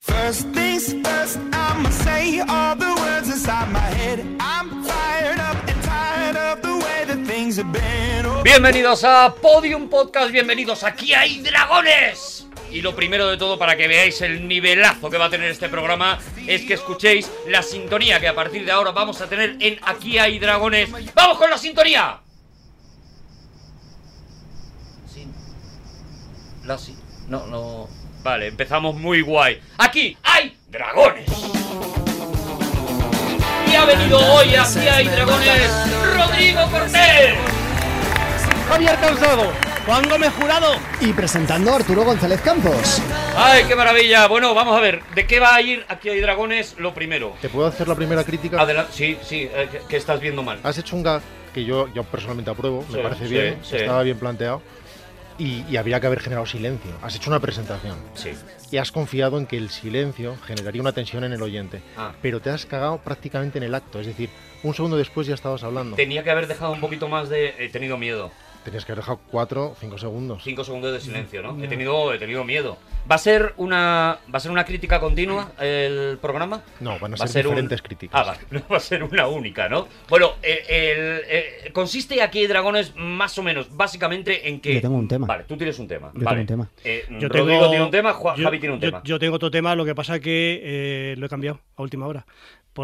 First things first, I'ma say all the words inside my head. I'm fired up and tired of the way that things have been. Oh, Bienvenidos a Podium Podcast, bienvenidos aquí hay dragones. Y lo primero de todo para que veáis el nivelazo que va a tener este programa es que escuchéis la sintonía que a partir de ahora vamos a tener en Aquí hay dragones. ¡Vamos con la sintonía! Sin... La si... No, no... Vale, empezamos muy guay. ¡Aquí hay dragones! Y ha venido hoy a Aquí hay dragones Rodrigo Cortés. Javier Causado. Juan Gómez Jurado. Y presentando a Arturo González Campos. ¡Ay, qué maravilla! Bueno, vamos a ver, ¿de qué va a ir aquí hay dragones lo primero? ¿Te puedo hacer la primera crítica? Adelante, sí, sí, eh, que, que estás viendo mal. Has hecho un gag que yo, yo personalmente apruebo, me Sí, parece sí, bien, sí. estaba bien planteado. Y, y habría que haber generado silencio. Has hecho una presentación Sí. y has confiado en que el silencio generaría una tensión en el oyente. Ah. Pero te has cagado prácticamente en el acto. Es decir, un segundo después ya estabas hablando. Tenía que haber dejado un poquito más de. He tenido miedo. Tenías que haber dejado cuatro, cinco segundos. Cinco segundos de silencio, ¿no? He tenido, he tenido miedo. ¿Va a ser una. ¿Va a ser una crítica continua el programa? No, van a Va ser un- diferentes críticas. Ah, va, no va a ser una única, ¿no? Bueno, eh, el, eh, consiste aquí hay dragones más o menos, básicamente en que. Yo tengo un tema. Vale, tú tienes un tema. Yo vale. tengo un tema. Eh, Yo Rodrigo tengo- tiene un tema, Ju- yo- Javi tiene un yo- tema. Yo tengo otro tema, lo que pasa que eh, lo he cambiado a última hora.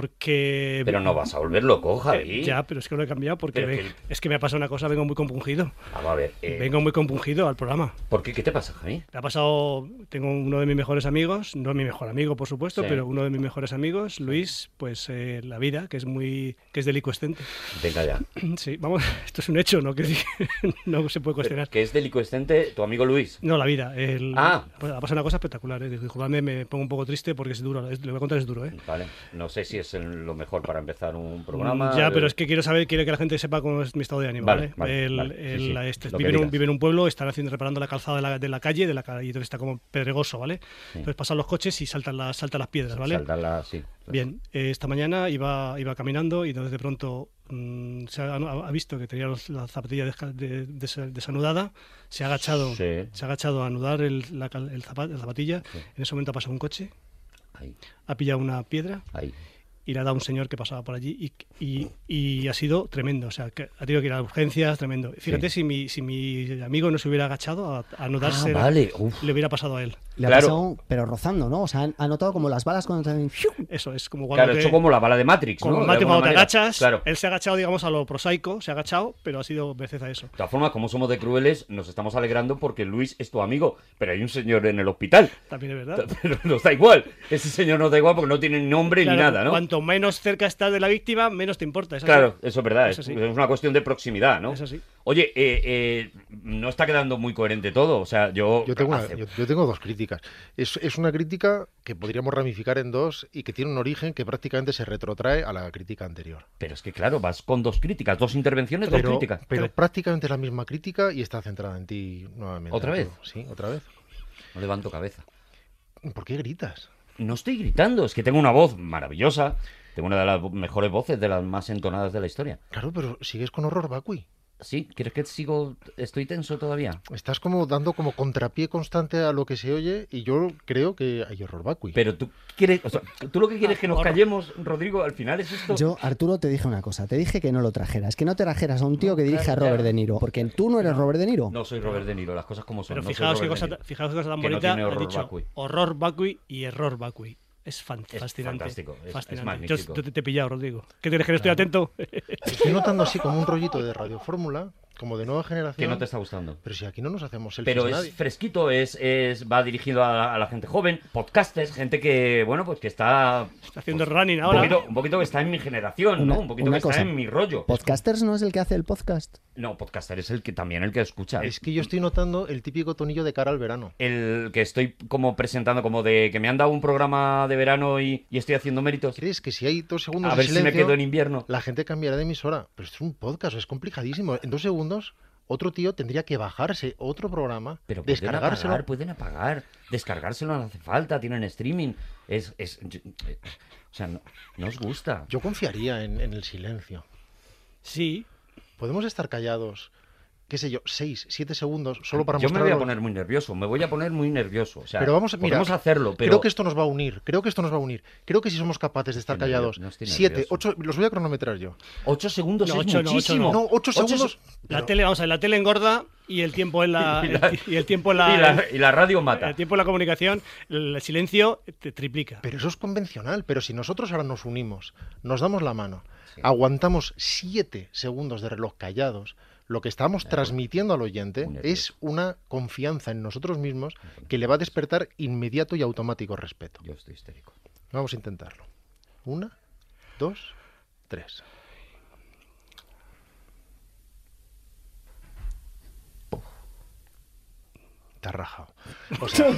Porque. Pero no vas a volver loco, Javi. Eh, Ya, pero es que lo he cambiado porque Pero ve- que- es que me ha pasado una cosa, vengo muy compungido. Vamos a ver. eh, Vengo muy compungido al programa. ¿Por qué? ¿Qué te pasa, Javi? Le ha pasado, tengo uno de mis mejores amigos, no mi mejor amigo, por supuesto, Sí. pero uno de mis mejores amigos, Luis, pues eh, la vida, que es muy, que es delicuescente. Venga ya. Sí, vamos, esto es un hecho, ¿no? Que no se puede cuestionar. Que es delicuescente tu amigo Luis. No, la vida. El... Ah. Pues, ha pasado una cosa espectacular. ¿eh? Disculpadme, me pongo un poco triste porque es duro. es- Lo voy a contar, es duro, ¿eh? Vale. No sé si es el- lo mejor para empezar un programa. Ya, pero es que quiero saber, quiero que la gente sepa cómo es mi estado de ánimo. Vale, ¿vale? vale, El- vale, sí, el- sí, la- este- lo que vive, en un, digas. vive en un pueblo, están haciendo, reparando la calzada de la, de la calle, de la calle entonces está como pedregoso, ¿vale? Entonces pasan los coches y saltan, las saltan las piedras, ¿vale? Saltarla, sí. Bien, eh, esta mañana iba, iba caminando y entonces de pronto mm, se ha, ha visto que tenía los- la zapatilla desca- de- desa- desanudada, se ha agachado, Sí. se ha agachado a anudar el, la, cal- el zapa- la zapatilla, en ese momento ha pasado un coche, Ahí, ha pillado una piedra ahí. y le ha dado un señor que pasaba por allí y, y- y ha sido tremendo, o sea, que ha tenido que ir a urgencias, tremendo. Fíjate si, mi, si mi amigo no se hubiera agachado a, a anudarse, Ah, vale. Uf. le hubiera pasado a él. Le ha Claro. pasado, pero rozando, ¿no? O sea, han- ha notado como las balas cuando también. ¡fiu! Eso es como cuando Claro, te- hecho como la bala de Matrix, Como ¿no? el De mate alguna cuando te manera. agachas, Claro. él se ha agachado, digamos, a lo prosaico, se ha agachado, pero ha sido veces a eso. De todas formas, como somos de crueles, nos estamos alegrando porque Luis es tu amigo, pero hay un señor en el hospital. También es verdad. Pero nos da igual. Ese señor nos da igual porque no tiene ni nombre Claro, ni nada, ¿no? Cuanto menos cerca estás de la víctima, menos te importa. ¿es así? Claro, eso es verdad. Eso es, sí. es una cuestión de proximidad, ¿no? Eso sí. Oye, eh, eh, no está quedando muy coherente todo. O sea, yo. Yo tengo, una- hace- yo, yo tengo dos críticas. Es, es una crítica que podríamos ramificar en dos y que tiene un origen que prácticamente se retrotrae a la crítica anterior. Pero es que, claro, vas con dos críticas, dos intervenciones, dos Pero, críticas. pero prácticamente es la misma crítica y está centrada en ti nuevamente. ¿Otra Arturo. vez? Sí, otra vez. No levanto cabeza. ¿Por qué gritas? No estoy gritando, es que tengo una voz maravillosa. Tengo una de las vo- mejores voces, de las más entonadas de la historia. Claro, pero sigues con horror vacui. ¿Sí? ¿Quieres que sigo? Estoy tenso todavía. Estás como dando como contrapié constante a lo que se oye y yo creo que hay horror vacui. Pero tú quieres. O sea, tú lo que quieres es que nos callemos, Rodrigo, al final es esto. Yo, Arturo, te dije una cosa. Te dije que no lo trajeras. Que no te trajeras a un tío que dirige a claro, Robert claro. De Niro. Porque tú no eres Robert De Niro. No soy Robert De Niro, las cosas como son. Pero no soy fijaos, qué Robert cosa, De Niro. ta- fijaos qué cosa tan Que no bonita. tiene ha horror dicho vacui. horror vacui y error vacui. Es fan- Es fascinante. fantástico, es- es fascinante. Yo- magnífico. yo te, te he pillado, Rodrigo. ¿Qué te crees que no estoy atento? Estoy notando así como un rollito de Radio Fórmula como de nueva generación. Que no te está gustando. Pero si aquí no nos hacemos el Pero es fresquito, es, es va dirigido a la, a la gente joven, podcasters, gente que, bueno, pues que está Está haciendo running Pues, un ahora. poquito, un poquito que está en mi generación, ¿no? Una- Un poquito una que está cosa. en mi rollo. Podcasters no es el que hace el podcast. No, podcaster es el que también el que escucha. ¿eh? Es que yo estoy notando el típico tonillo de cara al verano. el que estoy como presentando, como de que me han dado un programa de verano y, y estoy haciendo méritos. ¿Crees que si hay dos segundos A de ver si me silencio, quedo en invierno. la gente cambiará de emisora? Pero esto es un podcast, es complicadísimo. En dos segundos, otro tío tendría que bajarse otro programa, Pero pueden descargárselo. apagar, pueden apagar. Descargárselo no hace falta, tienen streaming. Es, es, yo- eh, o sea, no, no os gusta. Yo confiaría en, en el silencio. Sí. Podemos estar callados, qué sé yo, seis, siete segundos, solo para Yo me mostrar. voy a algo. poner muy nervioso, me voy a poner muy nervioso. O sea, Pero vamos, a- mira, podemos hacerlo, pero creo que esto nos va a unir, creo que esto nos va a unir. Creo que si somos capaces de estar Estoy nervio- callados, no estoy siete, nervioso. ocho, los voy a cronometrar yo. 8 segundos No, es ocho no, ocho muchísimo. No, ocho Ocho segundos. La pero- tele, vamos a ver, la tele engorda y el tiempo en la. el ti- y el tiempo en la. y, la, y la radio mata. el tiempo en la comunicación, el silencio te triplica. Pero eso es convencional, pero si nosotros ahora nos unimos, nos damos la mano, aguantamos siete segundos de reloj callados, lo que estamos transmitiendo al oyente Muy nervioso. es una confianza en nosotros mismos que le va a despertar inmediato y automático respeto. Yo estoy histérico. Vamos a intentarlo. Una, dos, tres. Te has rajado. O sea,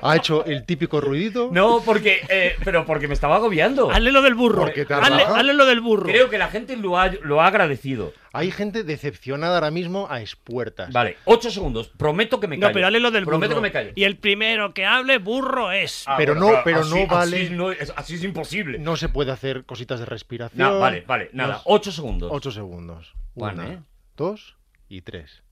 ha hecho el típico ruidito. No, porque, eh, pero porque me estaba agobiando. Hazle lo del burro. ¿Por qué te has Hazle, bajado? hazle lo del burro. Creo que la gente lo ha, lo ha agradecido. Hay gente decepcionada ahora mismo a espuertas. Vale, 8 segundos. Prometo que me callo. No, pero hazle lo del Prometo burro. que me callo. Y el primero que hable, burro es. Ah, Pero no- pero así- no así vale- no es- así es imposible. No se puede hacer cositas de respiración. No, vale, vale, nada. Dos, 8 segundos. ocho segundos. Juan, Una, ¿eh? dos y tres.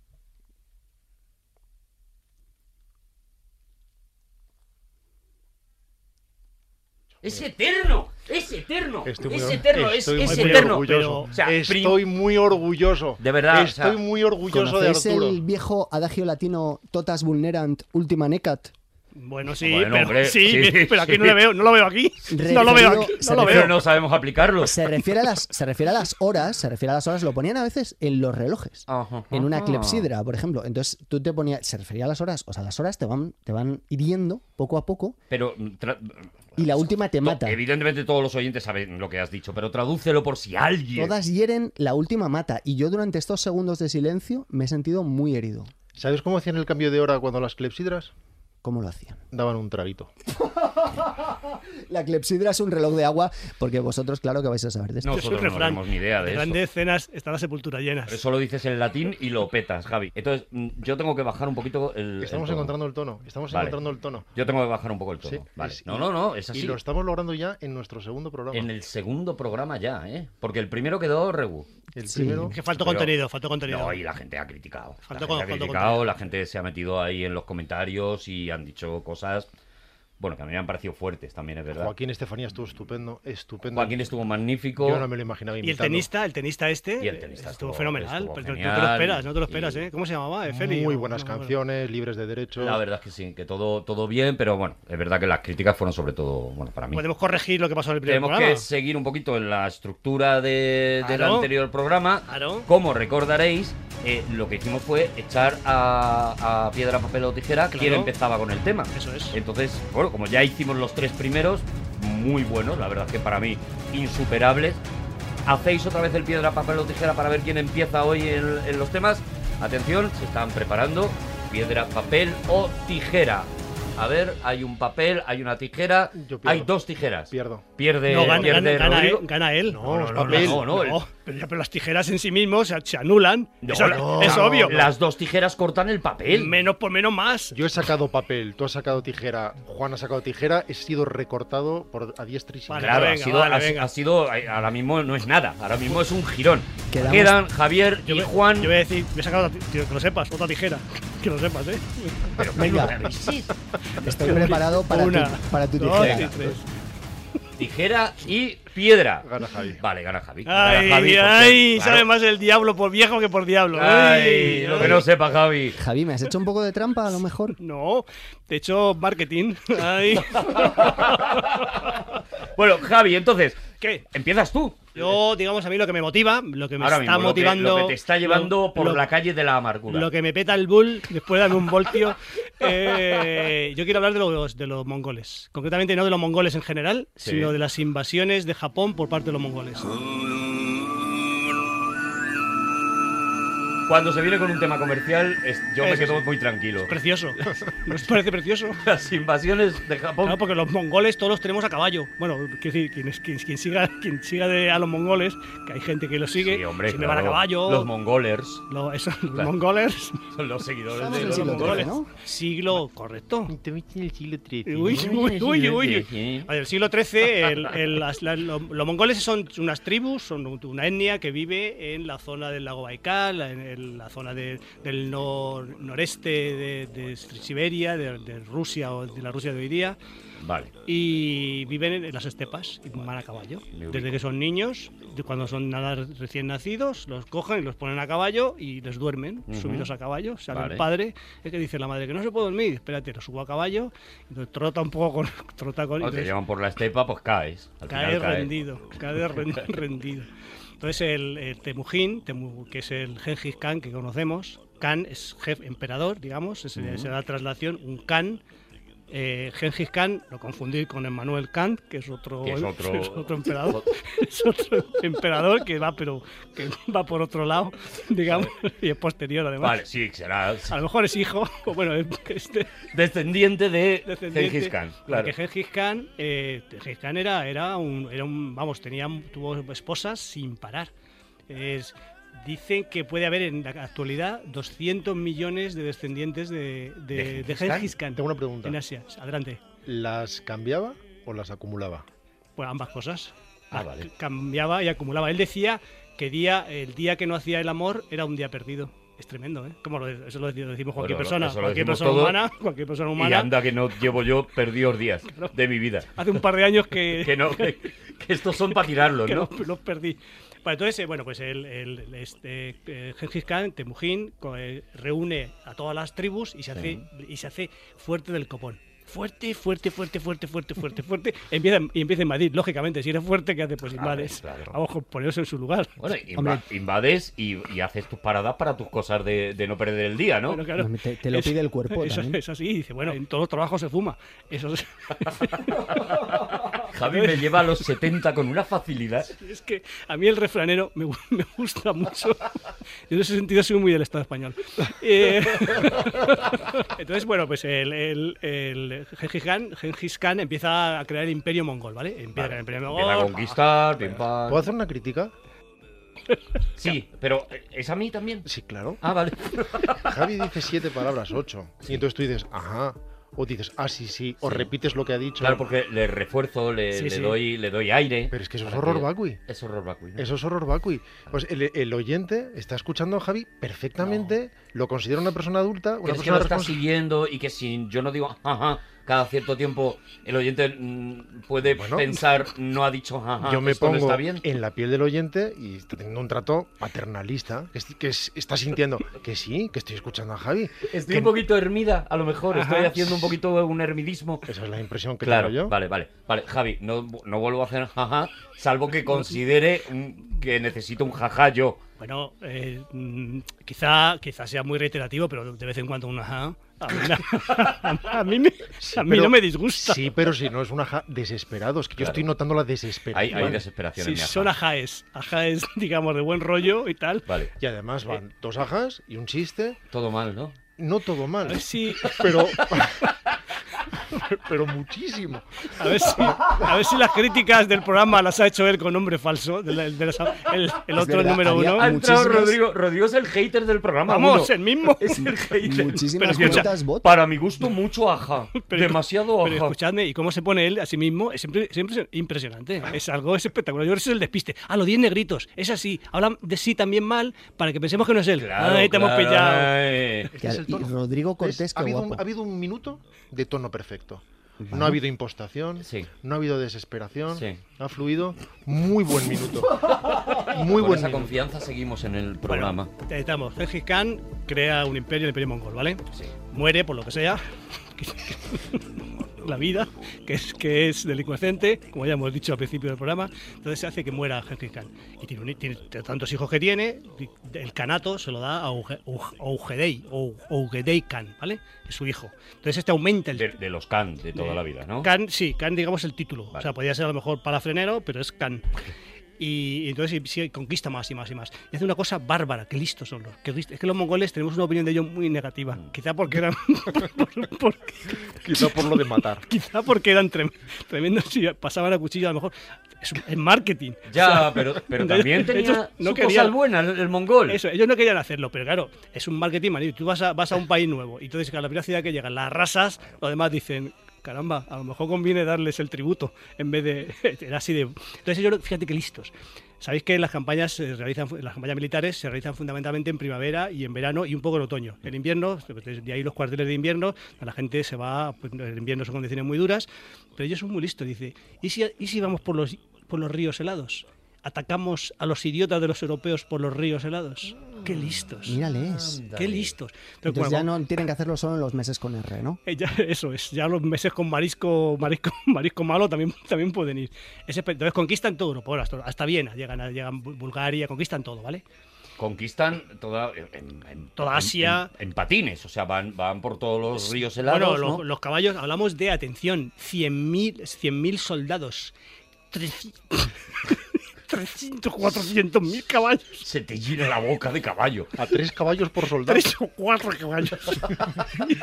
Es eterno, es eterno, Estoy muy es or- eterno, es, estoy es muy eterno. orgulloso. O sea, prim- estoy muy orgulloso. De verdad, o sea, Estoy muy orgulloso de ¿Conocéis Arturo. el viejo adagio latino totas vulnerant ultima necat? Bueno, sí, Bueno, pero, hombre, sí, sí, bien, pero aquí no sí. le veo, no lo veo aquí. No lo veo aquí, no Referido- lo pero veo. no sabemos aplicarlo. Se refiere a las, se refiere a las horas, se refiere a las horas, lo ponían a veces en los relojes. Ajá, En una ajá. clepsidra, por ejemplo. Entonces tú te ponías, se refería a las horas, o sea, las horas te van, te van hiriendo poco a poco Pero mm, tra- y la última te to- mata. evidentemente todos los oyentes saben lo que has dicho, pero tradúcelo por si alguien. Todas hieren, la última mata. Y yo durante estos segundos de silencio me he sentido muy herido. ¿Sabes cómo hacían el cambio de hora cuando las clepsidras? ¿Cómo lo hacían? Daban un traguito. La clepsidra es un reloj de agua, porque vosotros, claro que vais a saber de esto. Esto es un Nosotros no refrán. tenemos ni idea de Grandes cenas está la sepultura llena. eso. Solo dices en latín y lo petas, Javi. Entonces, mm, yo tengo que bajar un poquito el. el Estamos tono. encontrando el tono. Estamos Vale. encontrando el tono. Yo tengo que bajar un poco el tono. Sí, vale. es- no, no, no, es así. Y lo estamos logrando ya en nuestro segundo programa. En el segundo programa ya, ¿eh? Porque el primero quedó Regu. El Sí. primero. Es que faltó Pero- contenido, faltó contenido. No, y la gente ha criticado. La Falta gente, con- ha falta criticado, contenido. la gente se ha metido ahí en los comentarios y han dicho cosas, bueno, que a mí me han parecido fuertes también, es verdad. Joaquín, Joaquín Estefanía estuvo estupendo. Estupendo. estuvo magnífico. Yo no me lo imaginaba Y el imitando. tenista, el tenista este, Y el tenista estuvo, estuvo- fenomenal. estuvo pero no- no te genial, lo esperas, no te lo esperas, y- ¿eh? ¿Cómo se llamaba? Eh, Feli, Muy ¿no? buenas No, bueno. canciones, libres de derechos. La verdad es que sí, que todo, todo bien, pero bueno, es verdad que las críticas fueron sobre todo, bueno, para mí. Podemos corregir lo que pasó en el primer Tenemos programa. que seguir un poquito en la estructura de- del Claro. anterior programa. Claro. Como recordaréis, eh, lo que hicimos fue echar a, a piedra, papel o tijera quién Claro. empezaba con el tema. Eso es. Entonces, bueno, como ya hicimos los tres primeros, muy buenos, la verdad es que para mí insuperables. ¿Hacéis otra vez el piedra, papel o tijera para ver quién empieza hoy en, en los temas? Atención, se están preparando. Piedra, papel o tijera. A ver, hay un papel, hay una tijera, Yo pierdo. hay dos tijeras. Pierdo. Pierde, No, gana, pierde gana, gana eh. él, Rodrigo. gana él. No, no, no, no, no, el- pero, ya- pero las tijeras en sí mismos se, se anulan. No, eso no, es no, obvio. Las dos tijeras cortan el papel. Menos por menos más. Yo he sacado papel, tú has sacado tijera, Juan ha sacado tijera, he sido recortado por a diestra y Vale, siniestra. Claro, ha venga, sido, vale, ha- venga. ha sido- ahora mismo no es nada, ahora mismo es un girón. Quedamos- Quedan Javier y voy- Juan. Yo voy a decir, me he sacado, otra ti- que lo sepas, otra tijera. Que lo sepas, ¿eh? Pero, Venga. pero, sí, Estoy preparado para Una, tu, para tu dos tijera. y tres. tijera y piedra. Gana Javi. Vale, gana Javi. Gana Ay, Javi, porque, ay, claro, sabe más el diablo por viejo que por diablo. Ay, lo que no sepa Javi. Javi, ¿me has hecho un poco de trampa a lo mejor? No, te he hecho marketing. Ay. Bueno, Javi, entonces, ¿Qué? empiezas tú. Yo, digamos, a mí lo que me motiva, lo que me Ahora está mismo, lo que- motivando. lo que te está llevando lo- por lo- la calle de la amargura. Lo que me peta el bull después de darme un voltio. Eh, yo quiero hablar de los, de los mongoles. Concretamente, no de los mongoles en general, Sí. Ah. sino de las invasiones de Japón por parte de los mongoles. Cuando se viene con un tema comercial, es- yo me Eso quedo sí. muy tranquilo. Precioso. ¿Nos parece precioso? Las invasiones de Japón. Claro, porque los mongoles todos los tenemos a caballo. Bueno, quiero decir, quien, es- quien, quien siga, quien siga de- a los mongoles, que hay gente que los sigue, Sí, hombre, siempre van claro. a caballo. Los mongolers Lo- eso, los Claro. mongoles. son los seguidores Estamos de en los el siglo mongoles. XIII, ¿no? Siglo correcto. XIII. Uy, uy, uy, uy. Del siglo XIII, el- el- las- la- lo- los mongoles son unas tribus, son una etnia que vive en la zona del lago Baikal, en el- la zona de- del nor- noreste de, de Siberia, de, de Rusia o de la Rusia de hoy día, Vale. y viven en las estepas, y van a caballo. Me ubico. Desde que son niños, de cuando son nada recién nacidos, los cogen y los ponen a caballo y les duermen, Ujú. subidos a caballo. Sale Vale. el padre, es que dice la madre que no se puede dormir, espérate, lo subo a caballo, entonces trota un poco con. Trota con Cuando te entonces llevan por la estepa, pues caes. Al cae final caes. rendido, cae ren- rendido. Entonces el, el Temujin, Temu- que es el Genghis Khan que conocemos, Khan es jefe emperador, digamos, es- se da traslación, un Khan. Eh, Genghis Khan, lo confundir con Emmanuel Kant, que es otro, Que es otro- es otro emperador, es otro emperador que va, pero que va por otro lado, digamos, y es posterior además. Vale, sí, será A lo mejor es hijo, o bueno, es- este, descendiente de descendiente, Gengis Khan. Claro. Porque Gengis Khan, eh, Gengis Khan era, era, un, era un. Vamos, tenía, tuvo esposas sin parar. Es- dicen que puede haber en la actualidad 200 millones de descendientes de, de, ¿De de Gengis Khan? Gengis Khan Tengo una pregunta. en Asia. Adelante. ¿Las cambiaba o las acumulaba? Pues ambas cosas. Ah, Las vale. Cambiaba y acumulaba. Él decía que día, el día que no hacía el amor era un día perdido. Es tremendo, ¿eh? Como lo, eso lo dec- lo decimos cualquier Bueno, persona. eso lo Cualquier decimos persona, todo. humana, cualquier persona Y humana. anda que no llevo yo perdidos días de mi vida. Hace un par de años que, Que no, que, que estos son para tirarlos, que ¿no? los, los perdí. Bueno, entonces, eh, bueno, pues el, el- este, eh, Gengis Khan, Temujin, co- eh, reúne a todas las tribus y se, hace, y se hace fuerte del copón. Fuerte, fuerte, fuerte, fuerte, fuerte, fuerte, fuerte. Empieza, en- y empieza a invadir, lógicamente. Si eres fuerte, ¿qué haces? Pues Claro, invades. claro. A ojo, poneros en su lugar. Bueno, Hombre. inva- invades y, y haces tus paradas para tus cosas de, de no perder el día, ¿no? Bueno, claro. No, te- te lo pide el cuerpo Eso, también. eso sí, dice, bueno, en todos los trabajos se fuma. Eso es, Javi me lleva a los 70 con una facilidad. es que a mí el refranero me, gu- me gusta mucho. Yo en ese sentido soy muy del Estado español. Eh, entonces, bueno, pues el, el, el Gengis, Khan, Gengis Khan empieza a crear el imperio mongol, ¿vale? Empieza a crear el imperio Empieza a mongol. conquistar, pim, pam. ¿Puedo hacer una crítica? Sí, pero eh, ¿es a mí también? Sí, claro. Ah, vale. Javi dice siete palabras, ocho. Y entonces tú dices, ajá. O dices, ah, sí, sí. O repites lo que ha dicho. Claro, porque le refuerzo, le, Sí, le sí. Doy, le doy aire. Pero es que eso es Para horror vacui. Es horror vacui. ¿no? Eso es horror vacui. Pues el, el oyente está escuchando a Javi perfectamente, lo considera una persona adulta, una Pero es que lo persona está responsable. siguiendo y que si yo no digo ajá, ajá, cada cierto tiempo el oyente mm, puede Bueno. pensar no ha dicho ajá, ajá, Yo me Ah, esto no pongo está bien. en la piel del oyente y está teniendo un trato paternalista, que, es- que es- está sintiendo que sí, que estoy escuchando a Javi. Estoy que- un poquito hermida, a lo mejor. Ajá. Estoy haciendo un poquito un hermidismo. Esa es la impresión que Claro, tengo yo. vale, vale, vale. Javi, no, no vuelvo a hacer jaja, salvo que considere un- que necesito un jaja yo. Bueno, eh, mm, quizá, quizá sea muy reiterativo, pero de vez en cuando una... ajá, A mí, na- a mí me- a mí Pero- no me disgusta. Sí, pero si no es una ja desesperados, que Claro. yo estoy notando la Hay, desesperación. hay desesperación en Sí, mi ajá. son ajaes. Ajaes, digamos, de buen rollo y tal. Vale, Y además Eh. van dos ajas y un chiste, todo mal, ¿no? no todo A mal, ver si, pero pero muchísimo. a ver si, a ver si las críticas del programa las ha hecho él con nombre falso. de la- de las- el, el Es otro verdad, número había uno. Ha entrado Muchísimas- Rodrigo. Rodrigo es el hater del programa. Vamos, uno. el mismo. Es el hater. Muchísimas Pero escucha, cuentas bot. Para mi gusto, mucho ajá. Pero- Demasiado Pero ajá. escuchadme, y cómo se pone él a sí mismo, es siempre, siempre es impresionante. Es algo es espectacular. Yo creo que ese es el despiste. Ah, los 10 negritos. Es así. Habla de sí también mal para que pensemos que no es él. Claro, Ahí te hemos claro, pillado. ay. Este es el Y tono. Rodrigo ¿Ves? Cortés, ha, qué habido un, guapo. ha habido un minuto de tono perfecto. No Vale. ha habido impostación, Sí. no ha habido desesperación, Sí. ha fluido. Muy buen minuto. eh. Muy Con buen esa minuto. confianza seguimos en el Bueno, programa. te necesitamos. Gengis Khan crea un imperio, el imperio mongol, ¿vale? Sí. Muere por lo que sea. la vida, que es, que es delincuente, como ya hemos dicho al principio del programa, entonces se hace que muera Henry Khan. Y tiene, un- tiene tantos hijos que tiene, el canato se lo da a Auge- Auge- Augedei, Au- Augedei Khan, ¿vale? Es su hijo. Entonces este aumenta el De, de los Khan de toda la vida, ¿no? Can, sí, Can, digamos, el título. O sea, podría ser a lo mejor palafrenero, pero es Can. Y, y entonces y sí, conquista más y más y más. Y hace una cosa bárbara, que listos son los. Que, list- es que los mongoles tenemos una opinión de ellos muy negativa. Quizá porque eran. por- por- Quizá por lo de matar. quizá porque eran trem- tremendos y pasaban a cuchillo a lo mejor. Es, es marketing. Ya, pero, pero también Ellos tenía no no querían- cosas buenas el, el mongol. Eso, ellos no querían hacerlo, pero claro, es un marketing, man. Tú vas a, vas a un país nuevo y entonces a la primera ciudad que llegan las razas, los demás dicen, caramba, a lo mejor conviene darles el tributo en vez de... Era así de... Entonces ellos, fíjate que listos. Sabéis que las campañas se realizan, las campañas militares se realizan fundamentalmente en primavera y en verano y un poco en otoño. En invierno, pues, de ahí los cuarteles de invierno, la gente se va, pues, en invierno son condiciones muy duras, pero ellos son muy listos, dice. ¿Y si, y si vamos por los, por los ríos helados? atacamos a los idiotas de los europeos por los ríos helados. Qué listos. Mírales. Qué listos. Pero Entonces ya bueno, no tienen que hacerlo solo en los meses con R, ¿no? eh, ya- eso es, ya los meses con marisco, marisco, marisco malo también, también pueden ir. Es espe- entonces conquistan todo Europa, bueno, hasta, hasta Viena, llegan, a- llegan Bu- Bulgaria, conquistan todo, ¿vale? Conquistan toda, en, en- Toda en- Asia. En, en patines, o sea, van, van por todos los ríos helados. bueno, ¿no? los, los caballos, hablamos de, atención, 100.000 100.000 soldados. 300, 300 400.000 caballos. Se te llena la boca de caballo. A tres caballos por soldado. tres o cuatro caballos. y,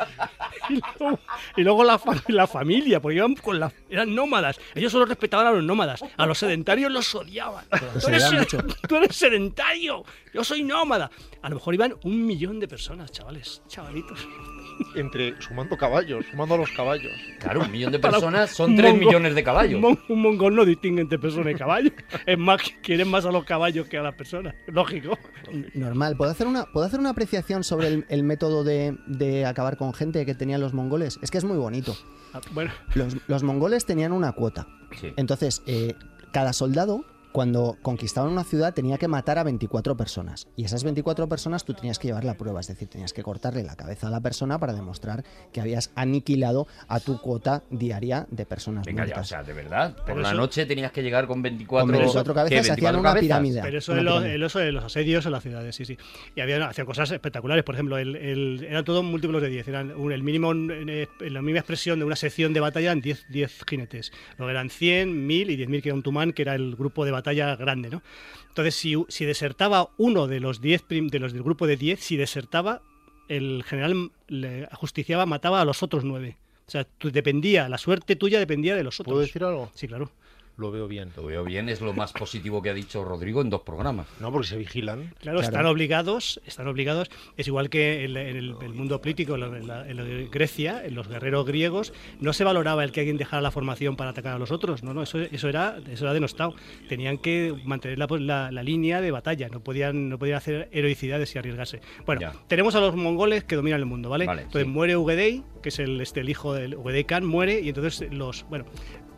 luego, y luego la, fa- la familia, porque iban con la, eran nómadas. Ellos solo respetaban a los nómadas. A los sedentarios los odiaban. Tú eres, odiaban sed- tú eres sedentario. Yo soy nómada. A lo mejor iban un millón de personas, chavales, chavalitos. Entre sumando caballos, sumando a los caballos. Claro, un millón de Para personas son un tres mongol- millones de caballos. Un, mon- un mongol no distingue entre persona y caballo. Es más, quieren más a los caballos que a las personas. Lógico. Normal. ¿Puedo hacer una, ¿puedo hacer una apreciación sobre el, el método de, de acabar con gente que tenían los mongoles? Es que es muy bonito. Ah, Bueno, Los, los mongoles tenían una cuota. Sí. Entonces, eh, cada soldado, cuando conquistaban una ciudad, tenía que matar a 24 personas. Y esas 24 personas tú tenías que llevar la prueba, es decir, tenías que cortarle la cabeza a la persona para demostrar que habías aniquilado a tu cuota diaria de personas Venga ya, o muertas. sea, de verdad. Por Pero la eso- noche tenías que llegar con 24, Con 24 ¿qué, cabezas hacían 24 una cabezas? pirámide. Pero eso una de los, pirámide. el oso de los asedios en las ciudades, sí, sí. Y habían, hacían cosas espectaculares. Por ejemplo, el, el- eran todos múltiplos de 10. Eran un- el mínimo, en- en- en la mínima expresión de una sección de batalla eran 10, 10 jinetes. Luego eran 100, 1000 y 10.000 que era un tumán, que era el grupo de batalla grande, ¿no? Entonces, si, si desertaba uno de los 10 prim- de los del grupo de 10, si desertaba, el general le justiciaba, mataba a los otros 9. O sea, tú- dependía, la suerte tuya dependía de los otros. ¿Puedo decir algo? Sí, claro. Lo veo bien. Lo veo bien, es lo más positivo que ha dicho Rodrigo en dos programas. No, porque se vigilan. Claro, Claro. están obligados, están obligados. Es igual que en, la- en el, el mundo político, en, la- en la- en la Grecia, en los guerreros griegos, no se valoraba el que alguien dejara la formación para atacar a los otros. No, no, eso, eso era, eso era denostado. Tenían que mantener la, la- la línea de batalla, no podían, no podían hacer heroicidades y arriesgarse. Bueno, Ya. tenemos a los mongoles que dominan el mundo, ¿vale? Vale, entonces sí. muere Ugedei, que es el, este, el hijo del Ugedei Khan, muere y entonces los. Bueno,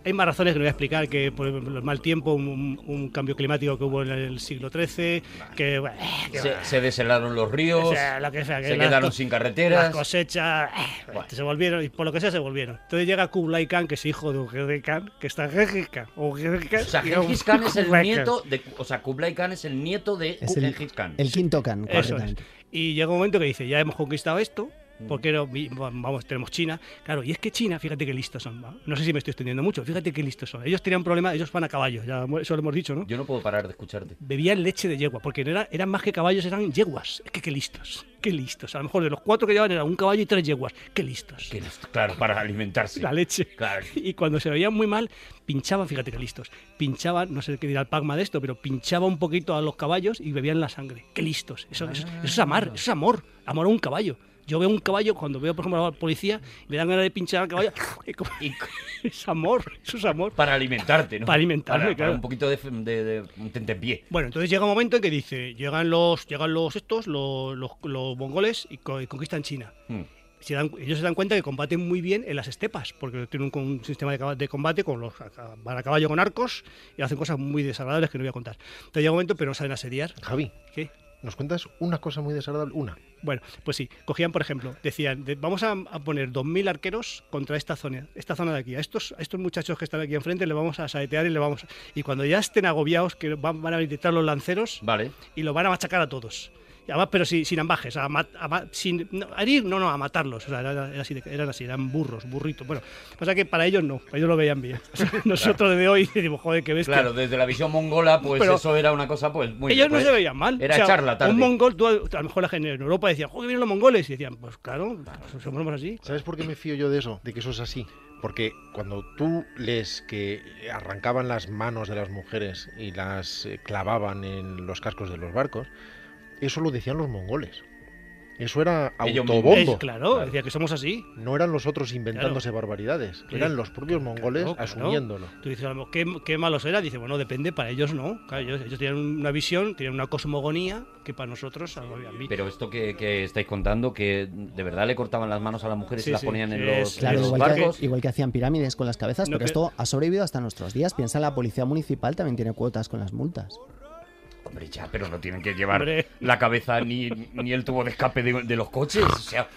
hay más razones que no voy a explicar, que por el mal tiempo, un, un cambio climático que hubo en el siglo XIII, que, bueno, eh, que Se, se deshelaron los ríos, o sea, lo que sea, que se las quedaron co- sin carreteras. Las cosechas eh, se volvieron, y por lo que sea se volvieron. Entonces llega Kublai Khan, que es hijo de Ugedei Khan, que está Gengis Khan. O O sea, Gengis Khan es el nieto de... O sea, Kublai Khan es el nieto de Es el- Gengis Khan. El quinto Khan, Eso es. correctamente. Y llega un momento que dice, ya hemos conquistado esto, porque no- vi- vamos, tenemos China. Claro, y es que China, fíjate qué listos son. ¿va? No sé si me estoy extendiendo mucho, fíjate qué listos son. Ellos tenían problemas, ellos van a caballo, ya mu- eso lo hemos dicho, ¿no? Yo no puedo parar de escucharte. Bebían leche de yegua, porque no era- eran más que caballos, eran yeguas. Es que qué listos, qué listos. A lo mejor de los cuatro que llevaban era un caballo y tres yeguas. Qué listos. Que no- claro, para alimentarse. La leche. Claro. Y cuando se veían muy mal, pinchaban, fíjate que listos, pinchaban, no sé qué dirá el Pacma de esto, pero pinchaba un poquito a los caballos y bebían la sangre. Qué listos. Eso, eso- eso es amar, eso es amor, amor a un caballo. Yo veo un caballo, cuando veo, por ejemplo, a la policía, me dan ganas de pinchar al caballo. y como- Y es amor, eso es amor. para alimentarte, ¿no? Para alimentarme, Para- para claro. un poquito de, de, de, un tentempié. Bueno, entonces llega un momento en que dice, llegan los, llegan los estos, los, los- los mongoles y co- y conquistan China. Mm. se dan- ellos se dan cuenta que combaten muy bien en las estepas, porque tienen un, un sistema de, caba- de combate con los a- van a caballo con arcos y hacen cosas muy desagradables que no voy a contar. Entonces llega un momento, pero no saben asediar. Javi, ¿Qué? nos cuentas una cosa muy desagradable, una. Bueno, pues sí, cogían, por ejemplo, decían, de- vamos a, a poner 2.000 arqueros contra esta zona, esta zona de aquí. A estos, a estos muchachos que están aquí enfrente le vamos a saetear y le vamos... Y cuando ya estén agobiados, que van, van a visitar los lanceros Vale. y lo van a machacar a todos. Y además, pero sin, sin ambajes, a, ma- a ma- sin no, a herir, no, no, a matarlos. O sea, era- era así de- eran así, eran burros, burritos. Bueno, pasa que para ellos no, para ellos lo veían bien. O sea, nosotros de hoy decimos, joder, qué bestia. Claro, desde la visión mongola, pues Pero eso era una cosa, pues muy. Ellos no pues, se veían mal. Era O sea, charla tarde. Un mongol, tú, a lo mejor la gente en Europa decía, joder, vienen los mongoles. Y decían, pues claro, pues somos así. ¿Sabes por qué me fío yo de eso? De que eso es así. Porque cuando tú lees que arrancaban las manos de las mujeres y las eh, clavaban en los cascos de los barcos, eso lo decían los mongoles. Eso era Ellos autobombo. Es, claro, Claro. decía que somos así. No eran los otros inventándose barbaridades. Sí. Eran los propios mongoles Claro, claro. asumiéndolo. Tú dices, vamos, ¿qué, qué malos eran? Dice, bueno, depende, para ellos no. Claro, ellos, ellos tenían una visión, tenían una cosmogonía que para nosotros algo habían visto. Pero esto que, que estáis contando, que de verdad le cortaban las manos a las mujeres Sí, y las sí, ponían en sí, los, es- en Claro, los igual barcos. que, igual que hacían pirámides con las cabezas, No, pero que- esto ha sobrevivido hasta nuestros días. Piensa, la policía municipal también tiene cuotas con las multas. Hombre, ya, pero no tienen que llevar Hombre. la cabeza ni, ni el tubo de escape de, de los coches. O sea,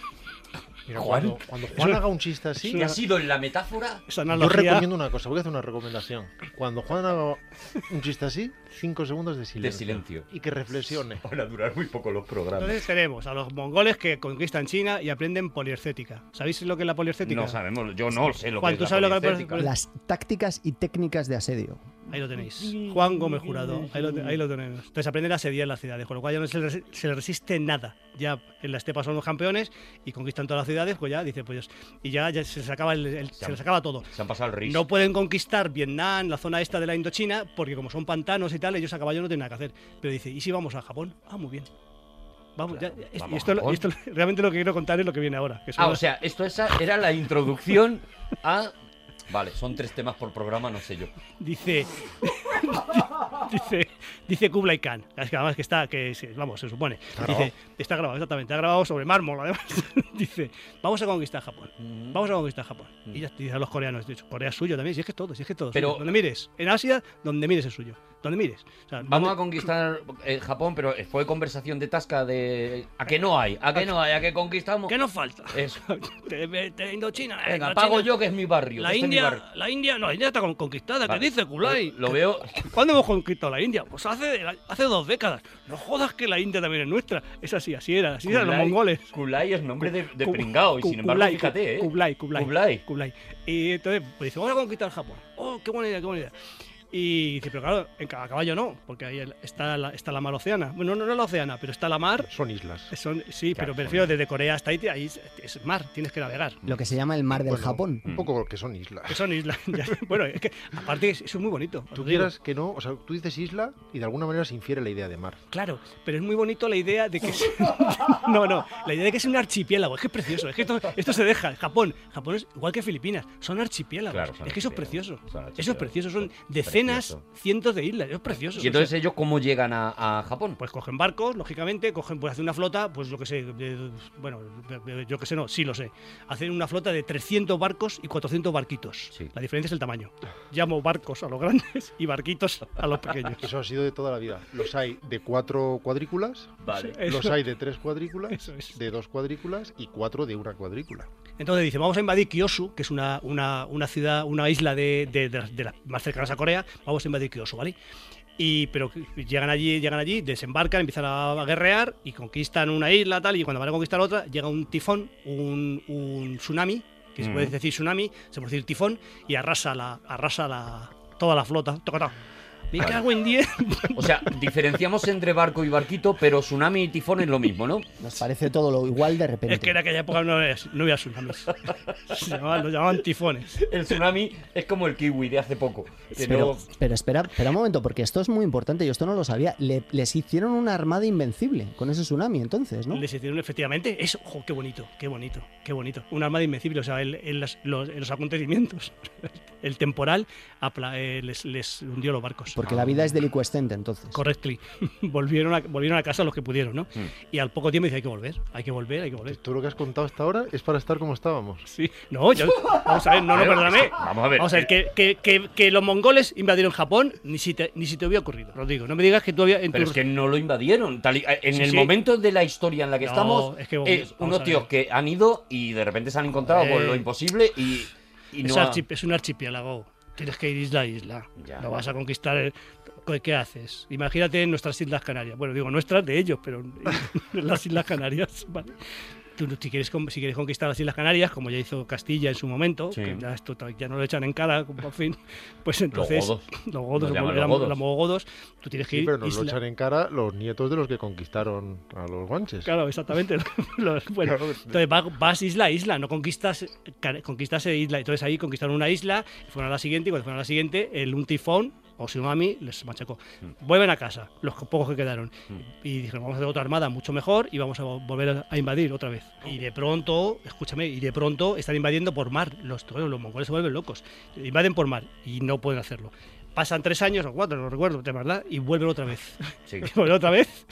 Mira, Juan. cuando, cuando Juan haga un chiste así, ¿qué ha sido en la metáfora? Esa yo analogía. recomiendo una cosa. Voy a hacer una recomendación. Cuando Juan haga un chiste así, cinco segundos de silencio. silencio. Y que reflexione. Van a durar muy poco los programas. Entonces tenemos a los mongoles que conquistan China y aprenden poliestética. ¿Sabéis lo que es la poliestética? No sabemos, yo no sé lo Juan, que ¿tú es sabes lo que la es la poliestética. poliestética? Las tácticas y técnicas de asedio. Ahí lo tenéis. Juan Gómez Jurado. Ahí lo, te- ahí lo tenemos. Entonces aprenden a asediar las ciudades, con lo cual ya no se les, se les resiste nada. Ya en la estepa son los campeones y conquistan todas las ciudades, pues ya dice, pues y ya, ya se les acaba el- el- se les acaba todo. Se han pasado el riso. No pueden conquistar Vietnam, la zona esta de la Indochina, porque como son pantanos y tal, ellos a caballo no tienen nada que hacer. Pero dice, ¿y si vamos a Japón? Ah, muy bien. Vamos, Claro, ya, es- vamos y a esto, lo- Japón. y esto lo- realmente lo que quiero contar es lo que viene ahora. que son Ah, o las- sea, esto esa era la introducción a. Vale, son tres temas por programa, no sé yo. dice dice dice Kublai Khan es que además que está que se- vamos se supone dice está grabado exactamente ha grabado sobre mármol además dice vamos a conquistar Japón vamos a conquistar Japón y ya te dicen los coreanos de hecho, Corea es suyo también si es que es todo si es que es todo Pero- suyo. donde mires en Asia donde mires es suyo donde mires O sea, Vamos a donde- conquistar eh, Japón, pero fue conversación de Tasca de. ¿A que no hay? ¿A que no hay? ¿A que conquistamos? ¿Qué nos falta Eso. Te- te- Indochina eh, Venga, la pago China- yo que es mi barrio. la este es mi India barrio. la India no la India está con- conquistada Vale. ¿qué dice Kublai Lo veo. ¿Cuándo hemos conquistado la India? Pues hace, hace dos décadas. No jodas que la India también es nuestra. Es así, así era, así eran los Kublai- mongoles. Kulai es nombre de, de Ku- pringao, y Ku- sin embargo, Kublai, fíjate, ¿eh? Kublai, Kublai, Kublai. Kublai. Y entonces, pues dice, vamos a conquistar Japón. Oh, qué buena idea, qué buena idea. Y dice, pero claro, en ca- a caballo no, porque ahí el- está la, está la mar oceana. Bueno, no, no la oceana, pero está la mar. Son islas. Son, sí, Claro, pero prefiero desde Corea hasta ahí, ahí es, es mar, tienes que navegar. Lo que se llama el mar del Bueno, Japón. Un poco que son islas. Que son islas. ya- bueno, es que aparte es- eso es muy bonito. os Tú digo. quieras que no, o sea, tú dices isla y de alguna manera se infiere la idea de mar. Claro, pero es muy bonito la idea de que es... no, no, la idea de que es un archipiélago, es que es precioso, es que esto, esto se deja, Japón, Japón es igual que Filipinas, son archipiélagos, Claro, son es que eso es archipiélagos, precioso, son eso es archipiélagos, precioso, son son decenas, precioso. cientos de islas, eso es precioso. ¿Y o entonces sea, ellos cómo llegan a, a Japón? pues cogen barcos, lógicamente, cogen, pues hacen una flota, pues lo que sé, de- bueno, de- de- yo que sé, no, sí lo sé. Hacen una flota de 300 barcos y 400 barquitos. Sí. La diferencia es el tamaño. Llamo barcos a los grandes y barquitos a los pequeños. Eso ha sido de toda la vida. Los hay de cuatro cuadrículas, Vale. Eso- los hay de tres cuadrículas, Eso es. Pues de dos cuadrículas y cuatro de una cuadrícula. Entonces dice, vamos a invadir Kyushu, que es una, una, una ciudad, una isla de, de- de las- de las más cercanas a Corea, vamos a invadir Kyushu, ¿vale? Y, pero llegan allí, llegan allí, desembarcan, empiezan a, guerrear y conquistan una isla, tal, y cuando van a conquistar otra, llega un tifón, un, un tsunami, que se puede Mm. decir tsunami, se puede decir tifón, y arrasa la, arrasa la, toda la flota. Tocotá. Me Vale. cago en 10. O sea, diferenciamos entre barco y barquito, pero tsunami y tifón es lo mismo, ¿no? Nos parece todo lo igual de repente. Es que en aquella época no había, no había tsunamis. Se llamaban- los llamaban tifones. El tsunami es como el kiwi de hace poco. que no- Pero, pero espera, espera un momento, porque esto es muy importante, yo esto no lo sabía. Le- les hicieron una armada invencible con ese tsunami entonces, ¿no? Les hicieron efectivamente eso. ¡Jo, qué bonito! ¡Qué bonito! ¡Qué bonito! Un arma de invencible, o sea, en, en las- los, en los acontecimientos. el temporal apla- eh, les, les hundió los barcos. Porque la vida es delicuescente entonces. Correctly. volvieron, a, volvieron a casa los que pudieron, ¿no? Mm. Y al poco tiempo dice, hay que volver, hay que volver, hay que volver. Todo lo que has contado hasta ahora es para estar como estábamos. Sí. No, yo, vamos a ver, no, no, Pero, perdóname. es que, vamos a ver. eh. Vamos a ver, que, que- que- que los mongoles invadieron Japón, ni si te, ni si te hubiera ocurrido, Rodrigo. No me digas que tú habías... en Pero tu- es que no lo invadieron. tal y- eh, en Sí, el sí. momento de la historia en la que No, estamos, es es, que vamos a unos ver. Eh, tíos que han ido y de repente se han encontrado Joder. con lo imposible y, y es, no. ha- archi- es un archipiélago. Tienes que ir isla a isla. Ya. No vas a conquistar... el- ¿Qué- ¿Qué haces? Imagínate en nuestras Islas Canarias. Bueno, digo nuestras de ellos, pero en las Islas Canarias, ¿vale? Tú, no- si, quieres, con- si quieres conquistar las Islas Canarias, como ya hizo Castilla en su momento, Sí. que ya, esto ta- ya no lo echan en cara, por fin, pues entonces... godos. Los godos, Nos llaman los los godos. godos. tú tienes que Sí, ir pero nos isla- lo echan en cara los nietos de los que conquistaron a los guanches. Claro, exactamente. Los- bueno, Claro. entonces va- vas, isla a isla, no conquistas, can- conquistas isla. Entonces ahí conquistaron una isla, fueron a la siguiente, y cuando fueron a la siguiente, el, un tifón o tsunami les machacó. Vuelven a casa, los co- pocos que quedaron. Y dijeron, vamos a hacer otra armada mucho mejor y vamos a vo- volver a- a invadir otra vez. Y de pronto, escúchame, y de pronto están invadiendo por mar. Los, bueno, los mongoles se vuelven locos. Invaden por mar y no pueden hacerlo. Pasan tres años o cuatro, no recuerdo, de verdad, y vuelven otra vez. Sí. Bueno, otra vez.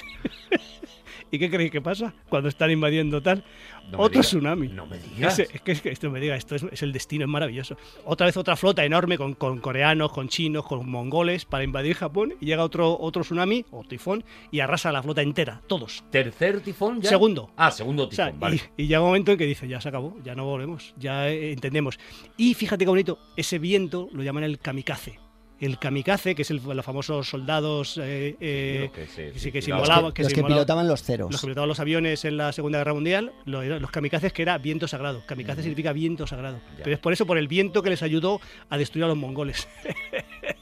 ¿Y qué creéis que pasa cuando están invadiendo tal? No me Otro digas. tsunami. No me digas. Ese- es, que, es que esto me diga, esto es, es el destino, es maravilloso. Otra vez otra flota enorme con, con coreanos, con chinos, con mongoles para invadir Japón y llega otro, otro tsunami o tifón y arrasa la flota entera, todos. Tercer tifón ya. Segundo. Ah, segundo O sea, tifón, vale. y, y llega un momento en que dice, ya se acabó, ya no volvemos, ya eh, entendemos. Y fíjate qué bonito, ese viento lo llaman el kamikaze. El kamikaze, que es el, los famosos soldados eh, eh, Lo que se- sí, que se- se claro. inmolaban. los se que inmolaban- pilotaban los ceros. los que pilotaban los aviones en la Segunda Guerra Mundial, lo era- los, kamikazes, que era viento sagrado. Kamikaze significa viento sagrado. Ya. Pero es por eso, por el viento que les ayudó a destruir a los mongoles.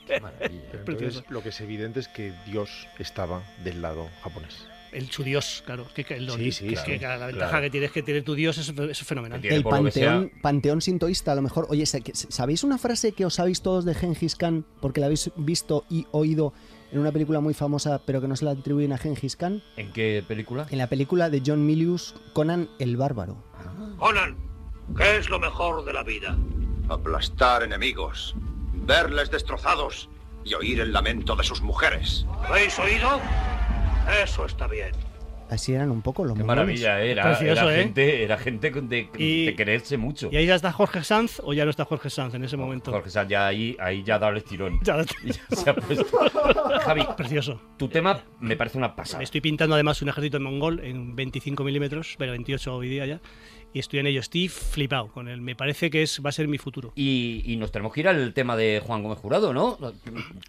Qué maravilla. ¿eh? Pero Precioso. entonces lo que es evidente es que Dios estaba del lado japonés. El, su dios, claro. Que, que el don- Sí, sí, que- sí, que la ventaja claro. que tienes que tener tu dios es, es fenomenal. Entiendo. El por lo que sea- panteón, panteón sintoísta, a lo mejor. Oye, sa- que- ¿sabéis una frase que os sabéis todos de Gengis Khan porque la habéis visto y oído en una película muy famosa, pero que no se la atribuyen a Gengis Khan? ¿En qué película? En la película de John Milius, Conan el Bárbaro. Conan, ¿qué es lo mejor de la vida? Aplastar enemigos, verles destrozados y oír el lamento de sus mujeres. ¿Lo habéis oído? Eso está bien. Así eran un poco los Qué mongoles. maravilla, era, Precioso, era ¿eh? gente, era gente con- de, Y- de quererse mucho. ¿Y ahí ya está Jorge Sanz o ya no está Jorge Sanz en ese momento? Jorge Sanz ya ahí, ahí ya ha dado el estirón. Ya no está. Y ya se ha puesto. Javi, Precioso. tu tema me parece una pasada. Estoy pintando además un ejército en mongol en 25 milímetros, pero 28 hoy día ya. Y estoy en ello, estoy flipado con él. Me parece que es, va a ser mi futuro. Y, y nos tenemos que ir al tema de Juan Gómez Jurado, ¿no?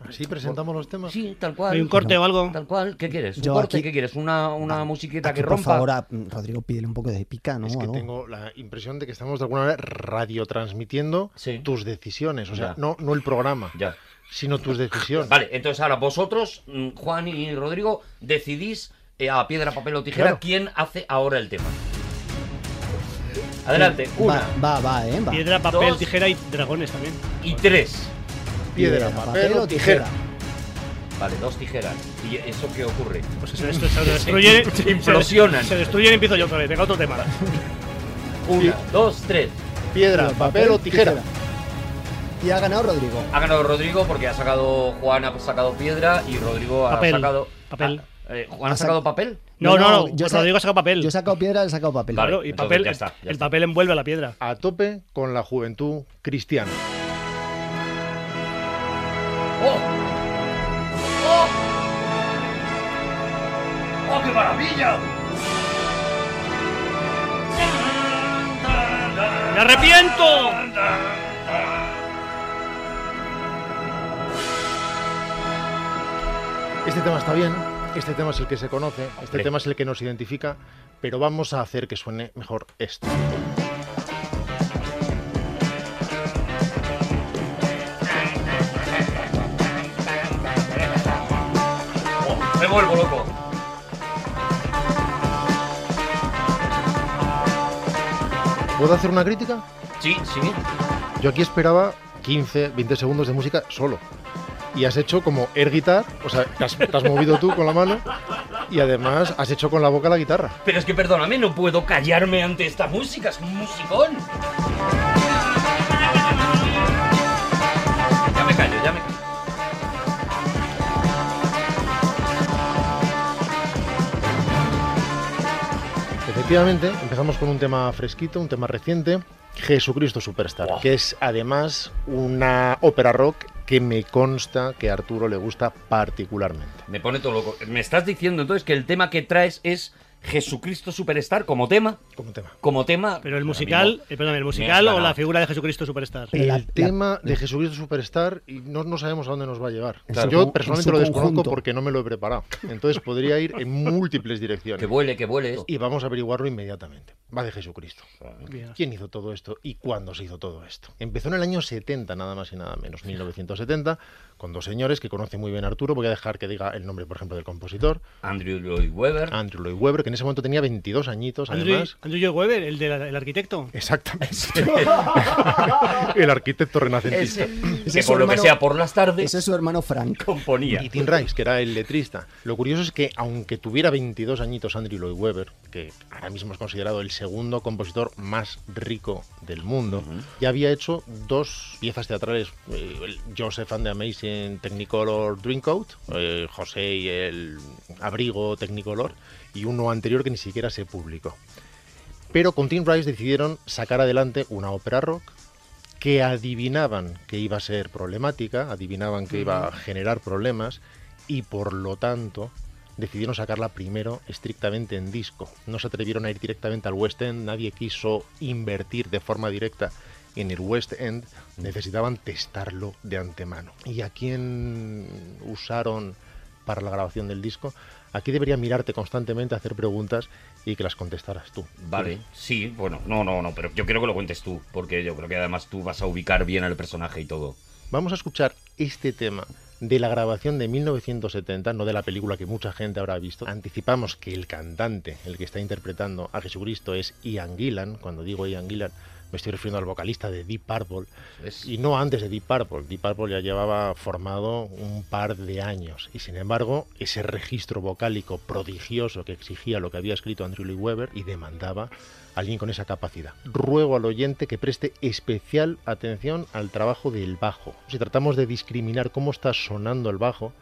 Así presentamos los temas. Sí, tal cual. ¿Hay un corte o algo? Tal cual. ¿Qué quieres? ¿Un Yo corte? aquí- ¿Qué quieres? ¿Una, una musiquita Ah, Aquí, que por rompa? favor, a- mm, Rodrigo, pídele un poco de pica, ¿no? Es que Algo. tengo la impresión de que estamos de alguna manera radiotransmitiendo Sí. tus decisiones. O sea, Ya. no, no el programa, Ya. sino tus decisiones. Vale, entonces ahora vosotros, mm, Juan y Rodrigo, decidís eh, a piedra, papel o tijera Claro. quién hace ahora el tema. Adelante, una Va, va, va, ¿eh? Va. Piedra, papel, Dos. tijera y dragones también. y tres. Piedra, papel o tijera. Vale, dos tijeras. ¿Y eso qué ocurre? Pues eso, esto se destruye. Se implosionan. Se destruyen y empiezo yo otra vez. Venga, otro tema. Una, dos, tres. Piedra, papel o tijera. Y ha ganado Rodrigo. Ha ganado Rodrigo porque ha sacado. Juan ha sacado piedra y Rodrigo Papel. ha sacado. Papel. Ah, eh, ¿Juan ha Ha sac- sacado papel? No, no, pues no. yo he sa- Rodrigo ha sacado papel. Yo he sacado piedra, he sacado papel. Vale. Claro, y entonces papel. ya está, ya el está. papel envuelve a la piedra. A tope con la juventud cristiana. ¡Oh! ¡Oh! ¡Oh, qué maravilla! ¡Me arrepiento! Este tema está bien, este tema es el que se conoce, este Hombre. tema es el que nos identifica, pero vamos a hacer que suene mejor esto. Oh, me vuelvo loco. ¿Puedo hacer una crítica? Sí, sí. Yo aquí esperaba 15, 20 segundos de música solo. Y has hecho como air guitar, o sea, te has, te has movido tú con la mano y además has hecho con la boca la guitarra. Pero es que perdóname, no puedo callarme ante esta música, es un musicón. Efectivamente, empezamos con un tema fresquito, un tema reciente, Jesucristo Superstar, que es además una ópera rock que me consta que a Arturo le gusta particularmente. Me pone todo loco. ¿Me estás diciendo entonces que el tema que traes es Jesucristo Superstar como tema? Como tema. Como tema. Pero el Ahora musical, mismo- eh, perdón, el musical Mezcla, o no. la figura de Jesucristo Superstar. Pero la- el la- tema de Jesucristo Superstar y no, no sabemos a dónde nos va a llevar. En su con- Yo en personalmente su lo desconozco conjunto. porque no me lo he preparado. Entonces podría ir en múltiples Que direcciones. vuele, que vuele. Y vamos a averiguarlo inmediatamente. Va de Jesucristo. Bien. ¿Quién hizo todo esto y cuándo se hizo todo esto? Empezó en el año 70, nada más y nada menos, 1970, con dos señores que conoce muy bien Arturo. Voy a dejar que diga el nombre, por ejemplo, del compositor, Andrew Lloyd Webber. Ah, Andrew Lloyd Webber, que en ese momento tenía 22 añitos, Andrew, además. Andrew Lloyd Webber, el del el arquitecto. Exactamente. el arquitecto renacentista. Ese, Ese que es por su lo que hermano- sea por las tardes Ese es su hermano Frank. componía. Y Tim Rice, que era el letrista. Lo curioso es que, aunque tuviera 22 añitos Andrew Lloyd Webber, que ahora mismo es considerado el segundo compositor más rico del mundo, ya había hecho dos piezas teatrales: eh, el Joseph and the Amazing Technicolor Dreamcoat, eh, José y el Abrigo Technicolor, y uno anterior que ni siquiera se publicó. Pero con Tim Rice decidieron sacar adelante una ópera rock que adivinaban que iba a ser problemática, adivinaban que iba a generar problemas y por lo tanto decidieron sacarla primero estrictamente en disco. No se atrevieron a ir directamente al West End, nadie quiso invertir de forma directa en el West End, necesitaban testarlo de antemano. ¿Y a quién usaron para la grabación del disco? Aquí debería mirarte constantemente, hacer preguntas y que las contestaras tú. Vale, sí, bueno, no, no, no, pero yo quiero que lo cuentes tú, porque yo creo que además tú vas a ubicar bien al personaje y todo. Vamos a escuchar este tema de la grabación de 1970, no de la película que mucha gente habrá visto. Anticipamos que el cantante, el que está interpretando a Jesucristo, es Ian Gillan. Cuando digo Ian Gillan, me estoy refiriendo al vocalista de Deep Purple. Es- Y no antes de Deep Purple. Deep Purple ya llevaba formado un par de años. Y sin embargo, ese registro vocálico prodigioso que exigía lo que había escrito Andrew Lee Weber y demandaba a alguien con esa capacidad. Ruego al oyente que preste especial atención al trabajo del bajo. Si tratamos de discriminar cómo está sonando el bajo,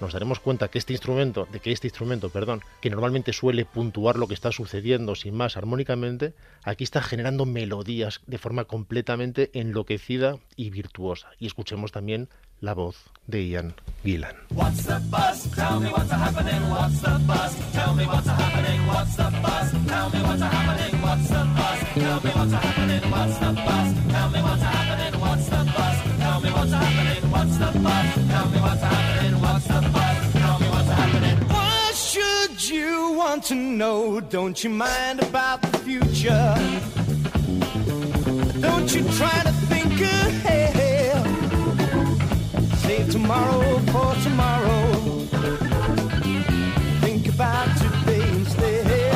nos daremos cuenta que este instrumento, de que este instrumento, perdón, que normalmente suele puntuar lo que está sucediendo sin más armónicamente, aquí está generando melodías de forma completamente enloquecida y virtuosa. Y escuchemos también la voz de Ian Gillan. Why should you want to know? Don't you mind about the future? Don't you try to think ahead? Save tomorrow for tomorrow. Think about today instead.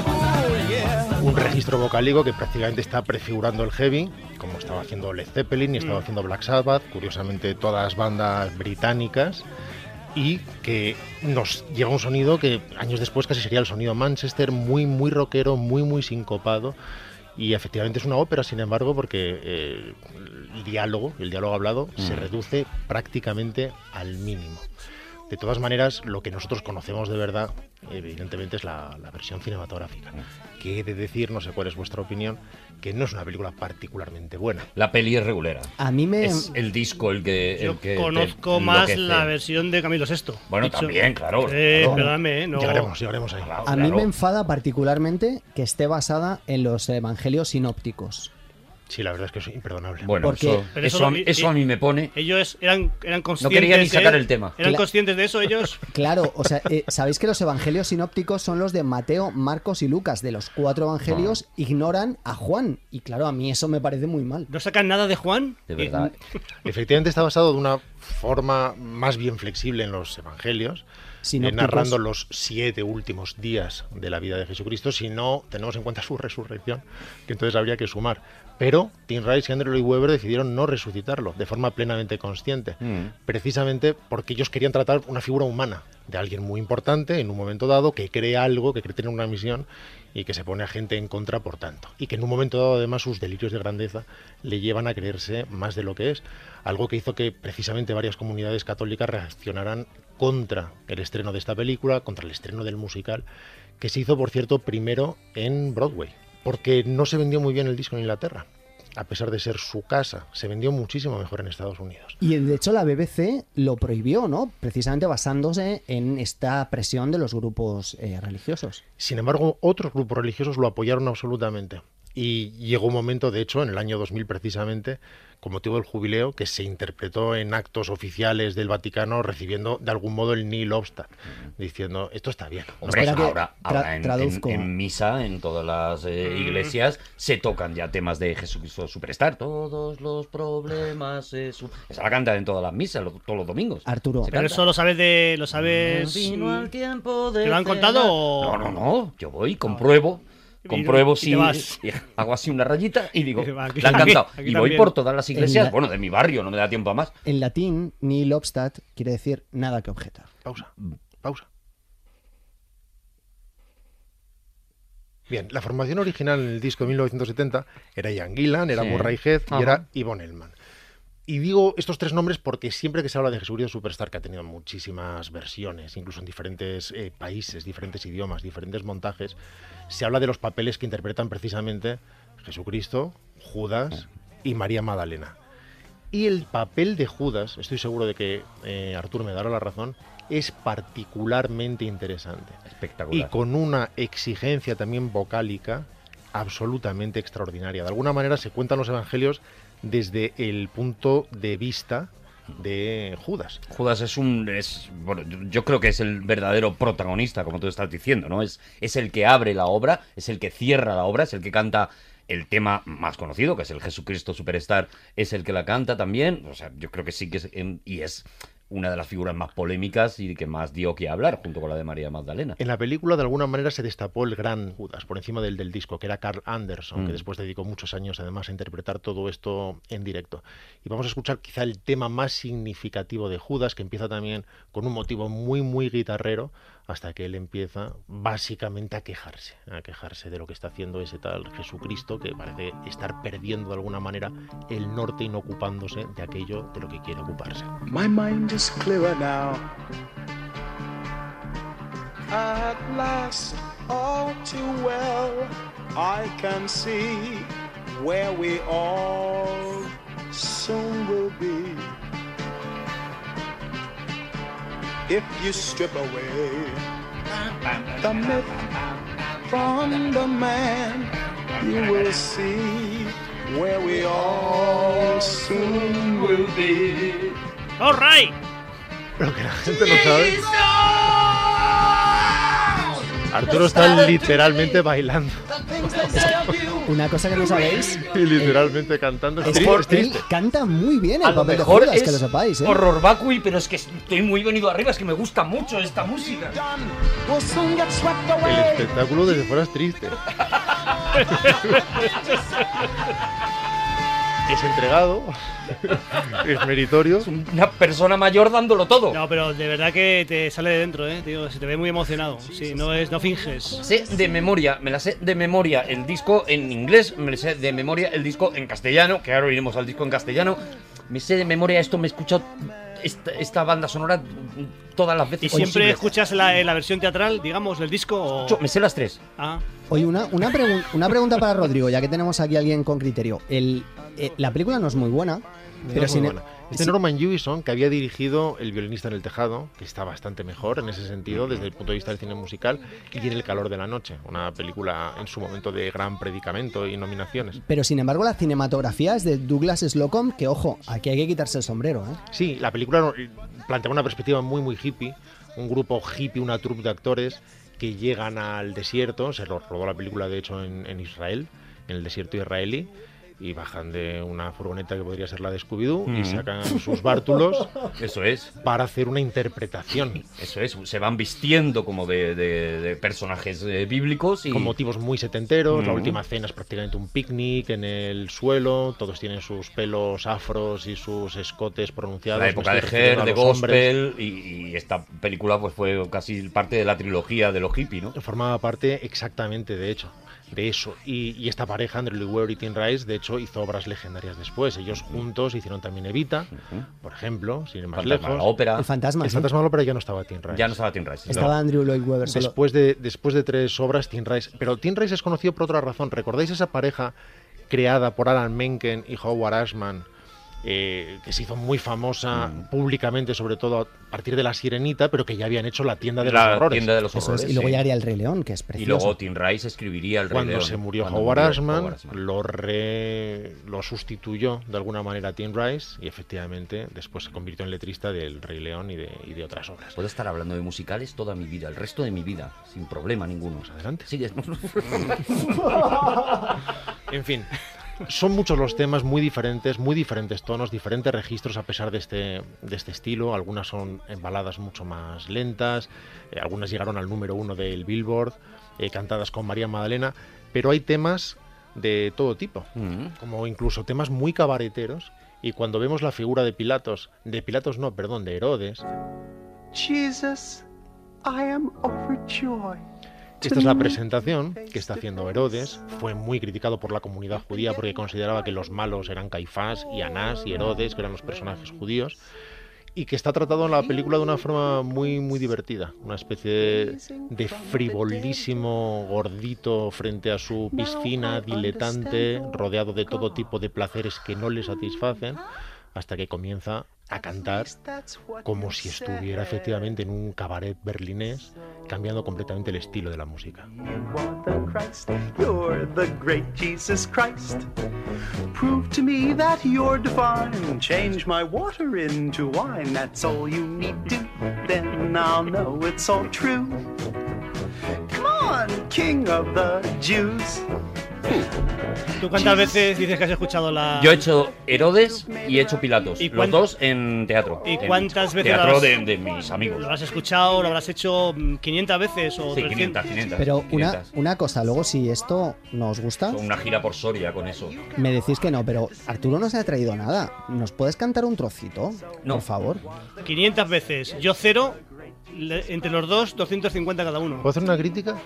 Oh, yeah. Un registro vocálico que prácticamente está prefigurando el heavy, como estaba haciendo Led Zeppelin y estaba haciendo Black Sabbath, curiosamente todas bandas británicas, y que nos lleva a un sonido que años después casi sería el sonido Manchester, muy, muy rockero, muy, muy sincopado. Y efectivamente es una ópera, sin embargo, porque eh, el diálogo, el diálogo hablado, se reduce prácticamente al mínimo. De todas maneras, lo que nosotros conocemos de verdad, evidentemente, es la, la versión cinematográfica. Que he de decir, no sé cuál es vuestra opinión, que no es una película particularmente buena. La peli es regulera. A mí me. Es el disco el que. el Eh, Yo que te conozco más enloquece. la versión de Camilo VI. Bueno, Dicho- también, claro. Eh, claro. perdóname, eh, no. Llegaremos, llegaremos ahí. Ah, Claro, A mí claro. me enfada particularmente que esté basada en los evangelios sinópticos. Sí, la verdad es que es imperdonable. Bueno, Porque- eso, Pero eso eso a lo- mí- eso a mí me pone. Ellos eran, eran conscientes. querían ni de- sacar el tema. Eran Cla- conscientes de eso ellos. Claro, o sea, eh, sabéis que los evangelios sinópticos son los de Mateo, Marcos y Lucas. De los cuatro evangelios ignoran a Juan. Y claro, a mí eso me parece muy mal. No sacan nada de Juan. De verdad. Efectivamente está basado de una forma más bien flexible en los evangelios, eh, Sinópticos. narrando los siete últimos días de la vida de Jesucristo, si no tenemos en cuenta su resurrección, que entonces habría que sumar. Pero Tim Rice, Henry Louis Weber decidieron no resucitarlo de forma plenamente consciente, precisamente porque ellos querían tratar una figura humana, de alguien muy importante en un momento dado, que cree algo, que cree tener una misión y que se pone a gente en contra por tanto. Y que en un momento dado además sus delirios de grandeza le llevan a creerse más de lo que es, algo que hizo que precisamente varias comunidades católicas reaccionaran contra el estreno de esta película, contra el estreno del musical, que se hizo por cierto primero en Broadway, porque no se vendió muy bien el disco en Inglaterra. A pesar de ser su casa, se vendió muchísimo mejor en Estados Unidos. Y de hecho la BBC lo prohibió, ¿no? Precisamente basándose en esta presión de los grupos eh, religiosos. Sin embargo, otros grupos religiosos lo apoyaron absolutamente. Y llegó un momento, de hecho, en el año 2000 precisamente, con motivo del jubileo, que se interpretó en actos oficiales del Vaticano recibiendo de algún modo el nihil obstat, diciendo, esto está bien. Hombre, Espera que ahora, ahora tra- en, traduzco. en- en misa, en todas las eh, Mm. iglesias, se tocan ya temas de Jesucristo Superstar. Todos los problemas se su- Esa la cantan en todas las misas, lo- todos los domingos. Arturo, Se Pero canta. eso lo sabes de. Lo sabes. Mm, Vino al tiempo de ¿Te lo han cenar. contado o.? No, no, no. Yo voy, compruebo. Compruebo y te si vas. hago así una rayita y digo, Y te vas, aquí la han también, cantado. aquí Y voy también. por todas las iglesias, la- bueno, de mi barrio, no me da tiempo a más. en latín, nihil obstat quiere decir nada que objetar. Pausa. Pausa. Bien, la formación original en el disco de 1970 era Ian Gillan, era Sí. Murray Head Ajá. y era Yvonne Elman. Y digo estos tres nombres porque siempre que se habla de Jesucristo Superstar, que ha tenido muchísimas versiones, incluso en diferentes eh, países, diferentes idiomas, diferentes montajes, se habla de los papeles que interpretan precisamente Jesucristo, Judas y María Magdalena. Y el papel de Judas, estoy seguro de que eh, Artur me dará la razón, es particularmente interesante. Y Espectacular. con una exigencia también vocálica absolutamente extraordinaria. De alguna manera se cuentan los evangelios desde el punto de vista de Judas. Judas es un. Es, bueno, yo, yo creo que es el verdadero protagonista, como tú estás diciendo, ¿no? Es, es el que abre la obra, es el que cierra la obra, es el que canta el tema más conocido, que es el Jesucristo Superstar, es el que la canta también. O sea, yo creo que sí que es. em, Y es una de las figuras más polémicas y que más dio que hablar, junto con la de María Magdalena. En la película, de alguna manera, se destapó el gran Judas, por encima del del disco, que era Carl Anderson, Mm. que después dedicó muchos años además a interpretar todo esto en directo. Y vamos a escuchar quizá el tema más significativo de Judas, que empieza también con un motivo muy, muy guitarrero, hasta que él empieza básicamente a quejarse, a quejarse de lo que está haciendo ese tal Jesucristo, que parece estar perdiendo de alguna manera el norte y no ocupándose de aquello de lo que quiere ocuparse. My mind is clearer now. At last, all too well, I can see where we all soon will be. If you strip away the myth from the man, you will see where we all soon will be. ¡All right! Pero que la gente no sabe. Arturo está literalmente bailando Una cosa que no sabéis y literalmente cantando. Es es triste, es que él triste. canta muy bien el A lo papel de mejor Judas, es que lo sepáis, ¿eh? horror vacui, pero es que estoy muy venido arriba, es que me gusta mucho esta música. We'll soon get swept El away. espectáculo desde fuera es triste. es entregado, es meritorio. Una persona mayor dándolo todo. No, pero de verdad que te sale de dentro, ¿eh? Digo, se te ve muy emocionado. Sí, no, es, no finges. sé de memoria, me la sé de memoria el disco en inglés, me la sé de memoria el disco en castellano, que ahora iremos al disco en castellano. Me sé de memoria esto, me he escuchado esta, esta banda sonora todas las ¿Y veces. siempre posibles. escuchas la, eh, la versión teatral, digamos, del disco? O... Yo Me sé las tres. Ah, Oye, una, una, pregun- una pregunta para Rodrigo, ya que tenemos aquí a alguien con criterio. El, eh, la película no es muy buena, pero Muy sin e-, buena. Este sí. Norman Jewison, que había dirigido El violinista en el tejado, que está bastante mejor en ese sentido desde el punto de vista del cine musical, y En el calor de la noche, una película en su momento de gran predicamento y nominaciones. Pero sin embargo, la cinematografía es de Douglas Slocum, que ojo, aquí hay que quitarse el sombrero, ¿eh? Sí, la película no- plantea una perspectiva muy, muy hippie. Un grupo hippie, una troupe de actores que llegan al desierto. Se ro- rodó la película, de hecho, en, en Israel, en el desierto israelí. y bajan de una furgoneta que podría ser la de Scooby-Doo Mm. y sacan sus bártulos Eso es. para hacer una interpretación. Eso es, se van vistiendo como de, de- de personajes eh, bíblicos y... Con motivos muy setenteros, la Mm. última cena es prácticamente un picnic en el suelo, todos tienen sus pelos afros y sus escotes pronunciados. la pues me época de estoy Her, refiriendo a de los hombres. Gospel y, y esta película pues fue casi parte de la trilogía de los hippies, ¿no? Formaba parte exactamente, de hecho, de eso. Y, y esta pareja, Andrew Lee Ware y Tim Rice, de hecho, hizo obras legendarias después. Ellos juntos hicieron también Evita, por ejemplo, sin ir más Fantasma de lejos. la ópera. Ah, El fantasma, El sí. fantasma de la ópera ya no estaba Tim Rice. Ya no estaba Tim Rice. Estaba Andrew Lloyd Webber solo. Después de, después de tres obras, Tim Rice. Pero Tim Rice es conocido por otra razón. ¿Recordáis esa pareja creada por Alan Menken y Howard Ashman? eh, que se hizo muy famosa públicamente, sobre todo a partir de La Sirenita, pero que ya habían hecho La Tienda de los La Horrores. tienda de los Eso es, horrores. y luego sí. ya haría El Rey León, que es Y precioso. luego Tim Rice escribiría el Rey Cuando León, se murió cuando Howard murió Ashman, Howard Ashman. lo, re- lo sustituyó de alguna manera a Tim Rice y efectivamente después se convirtió en letrista del Rey León y de, y de otras obras. Puedo estar hablando de musicales toda mi vida, el resto de mi vida, sin problema ninguno. Pues, Adelante. Sí, es- En fin, son muchos los temas, muy diferentes, muy diferentes tonos, diferentes registros a pesar de este, de este estilo. Algunas son en baladas mucho más lentas, eh, algunas llegaron al número uno del Billboard, eh, cantadas con María Magdalena, pero hay temas de todo tipo. Mm. como incluso temas muy cabareteros. Y cuando vemos la figura de Pilatos, de Pilatos no, perdón, de Herodes, Jesus, I am overjoyed. esta es la presentación que está haciendo Herodes. Fue muy criticado por la comunidad judía porque consideraba que los malos eran Caifás y Anás y Herodes, que eran los personajes judíos. Y que está tratado en la película de una forma muy, muy divertida. Una especie de, de frivolísimo gordito frente a su piscina diletante, rodeado de todo tipo de placeres que no le satisfacen, hasta que comienza a cantar como si estuviera efectivamente en un cabaret berlinés, cambiando completamente el estilo de la música. You are the Christ, you're the great Jesus Christ. Prove to me that you're divine. Change my water into wine, that's all you need to. Then I'll know it's all true. Come on, King of the Jews. ¿Tú cuántas veces dices que has escuchado la.? Yo he hecho Herodes y he hecho Pilatos. ¿Y los cuán- dos en teatro. ¿Y En cuántas veces Teatro las- de, de mis amigos. ¿Lo has escuchado? ¿Lo habrás hecho mm, 500 veces o Sí, 500, 300? 500. Pero una, 500. una cosa, luego si esto no os gusta, Con una gira por Soria con eso. me decís que no, pero Arturo no se ha traído nada. ¿Nos puedes cantar un trocito? No. Por favor. 500 veces. Yo cero. le- entre los dos, 250 cada uno. Pues, ¿Puedo hacer una crítica?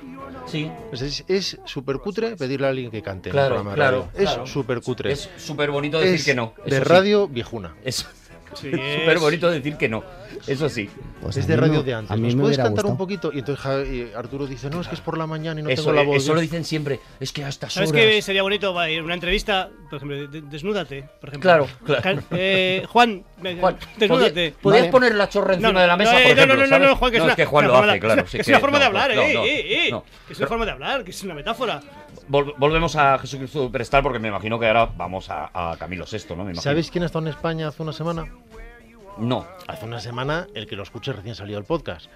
Sí, Es- Es súper cutre pedirle a alguien que cante. en un Claro, programa de claro, radio. claro. Es súper cutre. es súper bonito decir Es que no. eso de sí. radio viejuna. Es Sí, es- súper bonito decir que no. Eso sí. Pues es a de mí radio no- de antes. A mí ¿Nos me puedes hubiera cantar gustado. un poquito? Y entonces Ja- y Arturo dice, no, es que es por la mañana y no eso, eh, tengo la voz. eso lo dicen siempre. Es que a estas ¿Sabes horas. qué sería bonito para ir a una entrevista? Por ejemplo, de- de- desnúdate, por ejemplo. Claro, claro. Ca- eh, Juan, me- Juan, desnúdate. ¿podías, podías Vale. poner la chorra encima No, de la mesa, no, eh, por no, ejemplo, no, no, ¿sabes? no, Juan, que no, es una, es que Juan una lo forma hace, de- claro. es sí una forma no, de hablar, no, eh, no, eh, eh, no. que es una forma de hablar, que es una metáfora. Vol- volvemos a Jesucristo Superstar porque me imagino que ahora vamos a, a Camilo VI, ¿no? Me imagino. ¿Sabéis quién ha estado en España hace una semana? No. Hace una semana, el que lo escuche recién salido del podcast.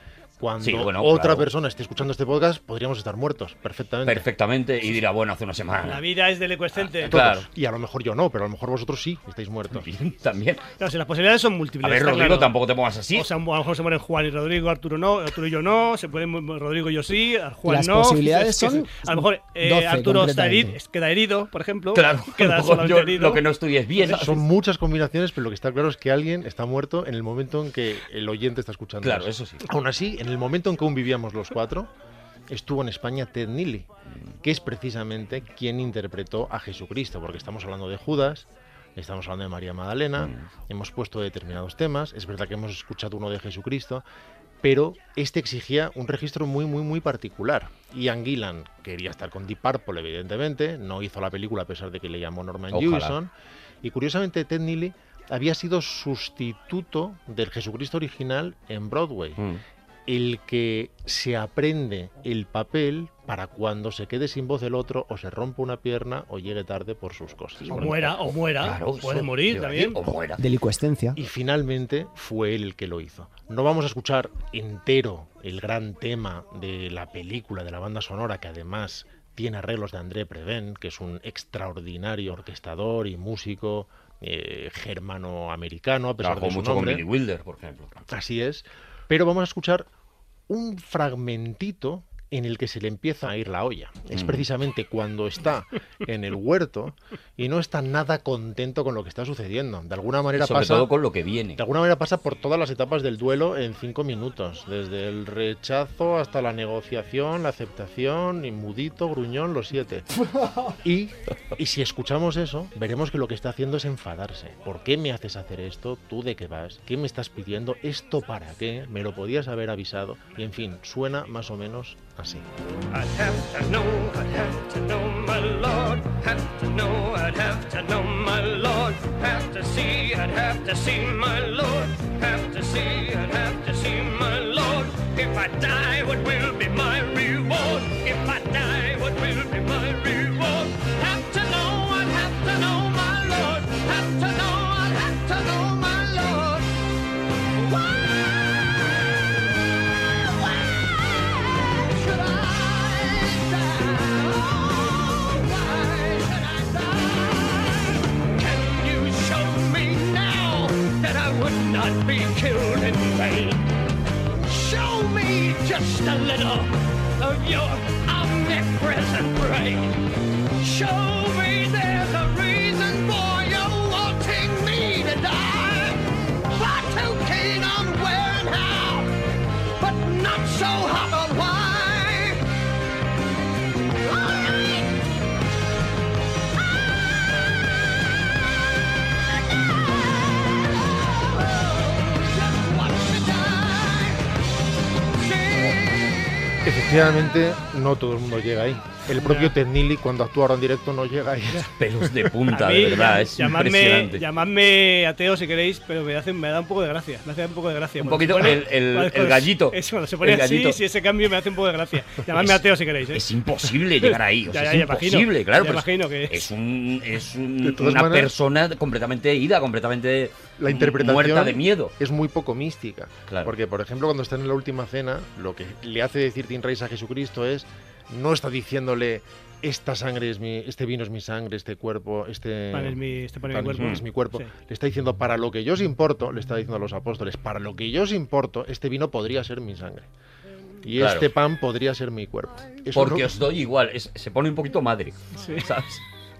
Cuando Sí, bueno, otra claro. persona esté escuchando este podcast, podríamos estar muertos perfectamente. Perfectamente. Y dirá, bueno, hace una La semana. vida es del ecuescente. Claro. Y a lo mejor yo no, pero a lo mejor vosotros sí estáis muertos. Bien, También. Claro, si las posibilidades son múltiples. A ver, está Rodrigo, claro. tampoco te pongas así. O sea, a lo mejor se mueren Juan y Rodrigo, Arturo no, Arturo y yo no, se pueden mu- Rodrigo y yo sí, Juan Las no. posibilidades Es que- son A lo mejor eh, 12 Arturo está completamente. herido- queda herido, por ejemplo. claro. a queda lo mejor solamente yo herido. lo que no estudies bien. Son muchas combinaciones, pero lo que está claro es que alguien está muerto en el momento en que el oyente está escuchando. Claro, eso sí. Aún así, en el momento en que aún vivíamos los cuatro, estuvo en España Ted Neely, que es precisamente quien interpretó a Jesucristo, porque estamos hablando de Judas. Estamos hablando de María Magdalena, Mm. hemos puesto determinados temas, es verdad que hemos escuchado uno de Jesucristo, pero este exigía un registro muy, muy, muy particular. Ian Gillan quería estar con Deep Purple, evidentemente, no hizo la película a pesar de que le llamó Norman Ojalá. Jewison, y curiosamente Ted Neely había sido sustituto del Jesucristo original en Broadway, Mm. el que se aprende el papel para cuando se quede sin voz el otro o se rompa una pierna o llegue tarde por sus cosas. O muera, o muera, Claro, puede eso morir te iba a también. decir, O muera. Delicuescencia. Y finalmente fue él el que lo hizo. No vamos a escuchar entero el gran tema de la película, de la banda sonora, que además Tiene arreglos de André Prevent, que es un extraordinario orquestador y músico eh, germano-americano, a pesar Trabajó de su mucho nombre. con Billy Wilder, por ejemplo. Así es. Pero vamos a escuchar un fragmentito en el que se le empieza a ir la olla. Es Mm. precisamente cuando está en el huerto y no está nada contento con lo que está sucediendo. De alguna manera Sobre pasa todo con lo que viene. de alguna manera pasa por todas las etapas del duelo en cinco minutos, desde el rechazo hasta la negociación, la aceptación, y mudito, gruñón, los siete. Y, y si escuchamos eso, veremos que lo que está haciendo es enfadarse. ¿Por qué me haces hacer esto? ¿Tú de qué vas? ¿Qué me estás pidiendo? ¿Esto para qué? ¿Me lo podías haber avisado? Y en fin, suena más o menos así. I'd have to know, I'd have to know, my lord. Have to know, I'd have to know, my lord. Have to see, I'd have to see, my lord. Have to see, I'd have to see, my lord. If I die, what will be my reward? If I die, what will be my reward? Have to know, I'd have to know, my lord. Have to know, I'd have to know, my lord. Can you show me now that I would not be killed in vain? Show me just a little of your omnipresent brain. Show me there's a reason for you wanting me to die. Far too keen on where and how, but not so hot on why. Efectivamente, no todo el mundo llega ahí. El propio Ted Neely, cuando actúa ahora en directo, no llega ahí. Pelos de A punta, mí, de verdad, llam- es llamadme- impresionante. Llamadme ateo si queréis, pero me, hace, me da un poco de gracia. Me hace un poco de gracia. Un Cuando se poquito pone- el- el- cuando- el gallito. Eso, cuando se pone El así, gallito. si ese cambio me hace un poco de gracia. Llamadme Es- ateo si queréis. ¿eh? Es imposible llegar ahí, o sea, Ya, es ya, ya imagino, imposible, claro, ya pero imagino que- es un, es un- De todas una maneras- persona completamente ida, completamente la interpretación muerta de miedo. es muy poco mística. Claro. Porque, por ejemplo, cuando están en la última cena, lo que le hace decir Tim Rice a Jesucristo es, no está diciéndole, esta sangre es mi, este vino es mi sangre, este cuerpo, este Pan es mi- este pan es mi pan cuerpo. es mi cuerpo. Sí. Le está diciendo, para lo que yo os importo, le está diciendo a los apóstoles, para lo que yo os importo, este vino podría ser mi sangre. Y Claro. este pan podría ser mi cuerpo. Eso Porque no- os doy igual, es- se pone un poquito madre, ¿sabes?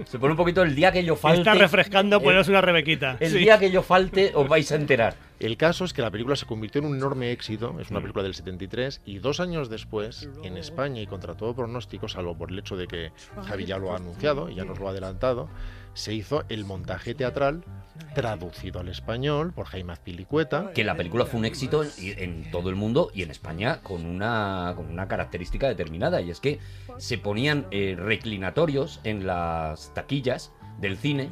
Se pone un poquito el día que yo falte. Está refrescando, el- poneros una rebequita. eh, El Sí. día que yo falte os vais a enterar. El caso es que la película se convirtió en un enorme éxito, Mm. es una película del 73, y dos años después, en España y contra todo pronóstico, salvo por el hecho de que Javi ya lo ha anunciado, y ya nos lo ha adelantado, se hizo el montaje teatral traducido al español por Jaime Azpilicueta. Que la película fue un éxito en, en todo el mundo y en España con una, con una característica determinada, y es que se ponían eh, reclinatorios en las taquillas del cine,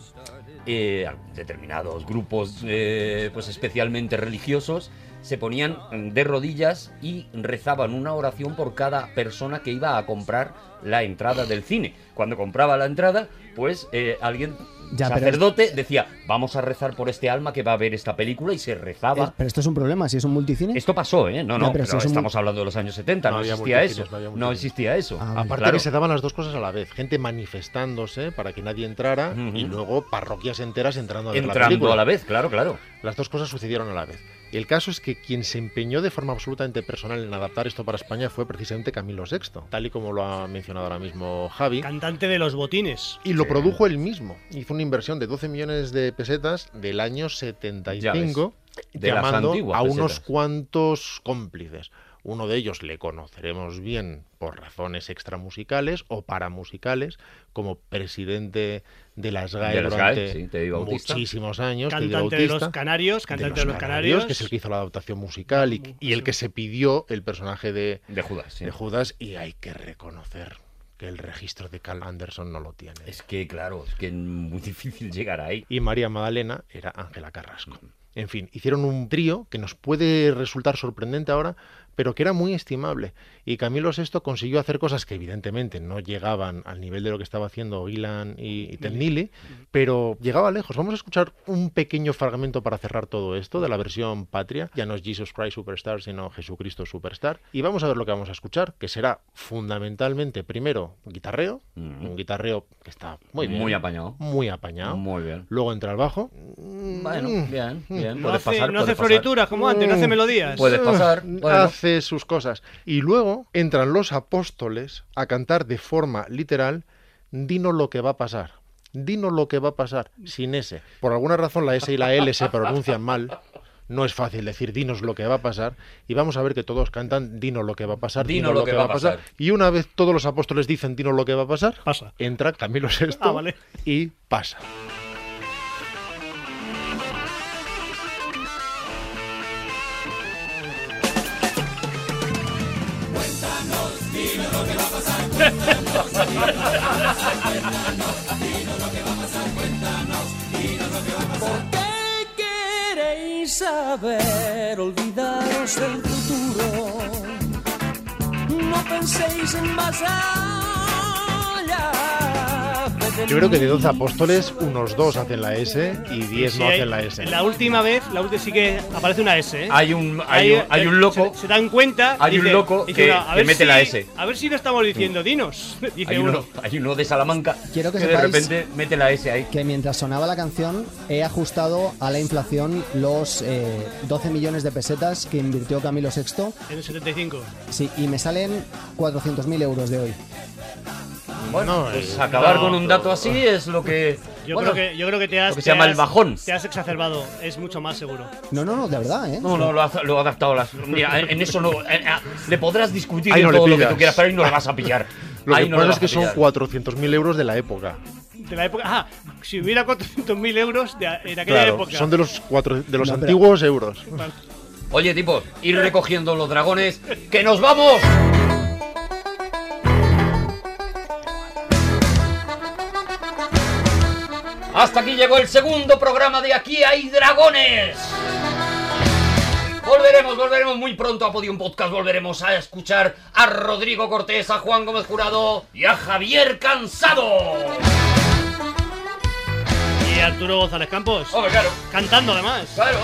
eh, a determinados grupos eh, pues especialmente religiosos, se ponían de rodillas y rezaban una oración por cada persona que iba a comprar la entrada del cine. Cuando compraba la entrada, pues eh, alguien... Ya, pero- sacerdote decía, vamos a rezar por este alma que va a ver esta película y se rezaba. Es- pero esto es un problema, si es un multicine. Esto pasó, ¿eh? No, no, Ya, pero pero, si es un estamos hablando de los años 70, no, No había existía multitudes, eso. no había No, multitudes. existía eso. Ah, Aparte claro. que se daban las dos cosas a la vez, gente manifestándose para que nadie entrara Ujú. y luego parroquias enteras entrando a ver la entrando película. a la vez, claro, claro. Las dos cosas sucedieron a la vez. El caso es que quien se empeñó de forma absolutamente personal en adaptar esto para España fue precisamente Camilo VI, tal y como lo ha mencionado ahora mismo Javi. Cantante de los botines. Y lo produjo él mismo. Hizo una inversión de 12 millones de pesetas del Ya año ves, 75, de las llamando antiguas a unos pesetas. cuantos cómplices. Uno de ellos le conoceremos bien por razones extramusicales o paramusicales, como presidente de las GAE De las durante GAE, sí, Teddy Bautista. muchísimos años. Teddy Cantante de los Bautista canarios. Cantante de los canarios. que es el que hizo la adaptación musical y, y el que se pidió el personaje de, De Judas, sí. de Judas y hay que reconocer que el registro de Carl Anderson no lo tiene. Es que, claro, es que es muy difícil llegar ahí. Y María Magdalena era Ángela Carrasco. En fin, hicieron un trío que nos puede resultar sorprendente ahora, pero que era muy estimable. Y Camilo VI consiguió hacer cosas que evidentemente no llegaban al nivel de lo que estaba haciendo Ilan y, y Ted Neely, pero llegaba lejos. Vamos a escuchar un pequeño fragmento para cerrar todo esto de la versión patria. Ya no es Jesus Christ Superstar, sino Jesucristo Superstar. Y vamos a ver lo que vamos a escuchar, que será fundamentalmente, primero, guitarreo, Mm. un guitarreo que está muy bien. Muy apañado. Muy apañado. Muy bien. Luego entra el bajo. Bueno, bien, bien. No puedes hace, pasar, no puedes pasar. hace Uh, florituras como antes, no hace Mm. melodías. Puedes pasar. bueno. Ah, hace sus cosas. Y luego entran los apóstoles a cantar de forma literal, dinos lo que va a pasar. Dinos lo que va a pasar sin S. Por alguna razón la S y la L se pronuncian mal. No es fácil decir dinos lo que va a pasar. Y vamos a ver que todos cantan dinos lo que va a pasar. Dinos lo que va a pasar. Y una vez todos los apóstoles dicen dinos lo que va a pasar, Pasa. entra Camilo VI Ah, vale. y pasa. ¿Qué queréis saber? Olvidaros del futuro. No penséis en más allá. Yo creo que de 12 apóstoles, unos dos hacen la S y 10 Sí, no hay- hacen la S. La última vez, la última sí que aparece una S. ¿eh? Hay un, hay, un- Ahí, hay un eh, loco. Se, se dan cuenta. hay un loco que- una, que mete si, la S. Mm. A ver si no estamos diciendo dinos. Dice Hay uno. uno, hay uno de Salamanca Quiero que de sepáis- repente mete la S ahí. que mientras sonaba la canción he ajustado a la inflación los eh, 12 millones de pesetas que invirtió Camilo VI En el 75. sí, y me salen 400.000 euros de hoy. Bueno, No, pues eh, acabar no, con un no, dato así es lo que. Yo, bueno, creo que, yo creo que te has. lo que se te llama el has- bajón. Te has exacerbado. Es mucho más seguro. No, no, no, de verdad, ¿eh? No, no, lo ha, lo ha adaptado a las. Mira, en en eso no. en- a- le podrás discutir Ahí no le todo lo que tú pillas. quieras, pero ahí no la vas a pillar. Lo ahí que no la pasa es vas que a son pillar. 400.000 euros de la época. De la época. Ah, si hubiera 400.000 euros de, en aquella Claro, época. son de los cuatro, de los No, pero- antiguos euros. Oye, tipo, ir recogiendo los dragones. ¡Que nos vamos! Hasta aquí llegó el segundo programa de Aquí hay dragones. Volveremos, volveremos muy pronto a Podium Podcast. Volveremos a escuchar a Rodrigo Cortés, a Juan Gómez Jurado y a Javier Cansado. Y Arturo González Campos. Hombre, claro, Cantando además. claro.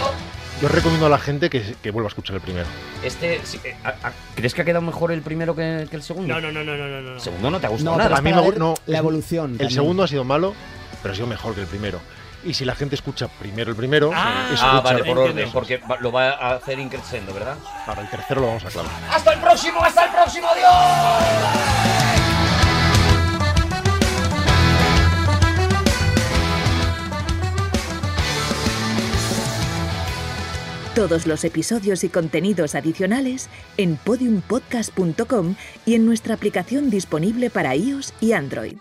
Yo recomiendo a la gente que, que vuelva a escuchar el primero. Este, sí, eh, a- a- ¿crees que ha quedado mejor el primero que, que el segundo? No, no, no, no, no, no, no. El segundo no te ha gustado No, nada. pero a mí es me para gu- ver no, la evolución. El también. segundo ha sido malo, pero ha sido mejor que el primero. Y si la gente escucha primero el primero, Ah, escucha Ah, vale, por los orden, esos. porque va- lo va a hacer increciendo, ¿verdad? Para el tercero lo vamos a clavar. ¡Hasta el próximo! ¡Hasta el próximo! ¡Adiós! Todos los episodios y contenidos adicionales en podiumpodcast.com y en nuestra aplicación disponible para iOS y Android.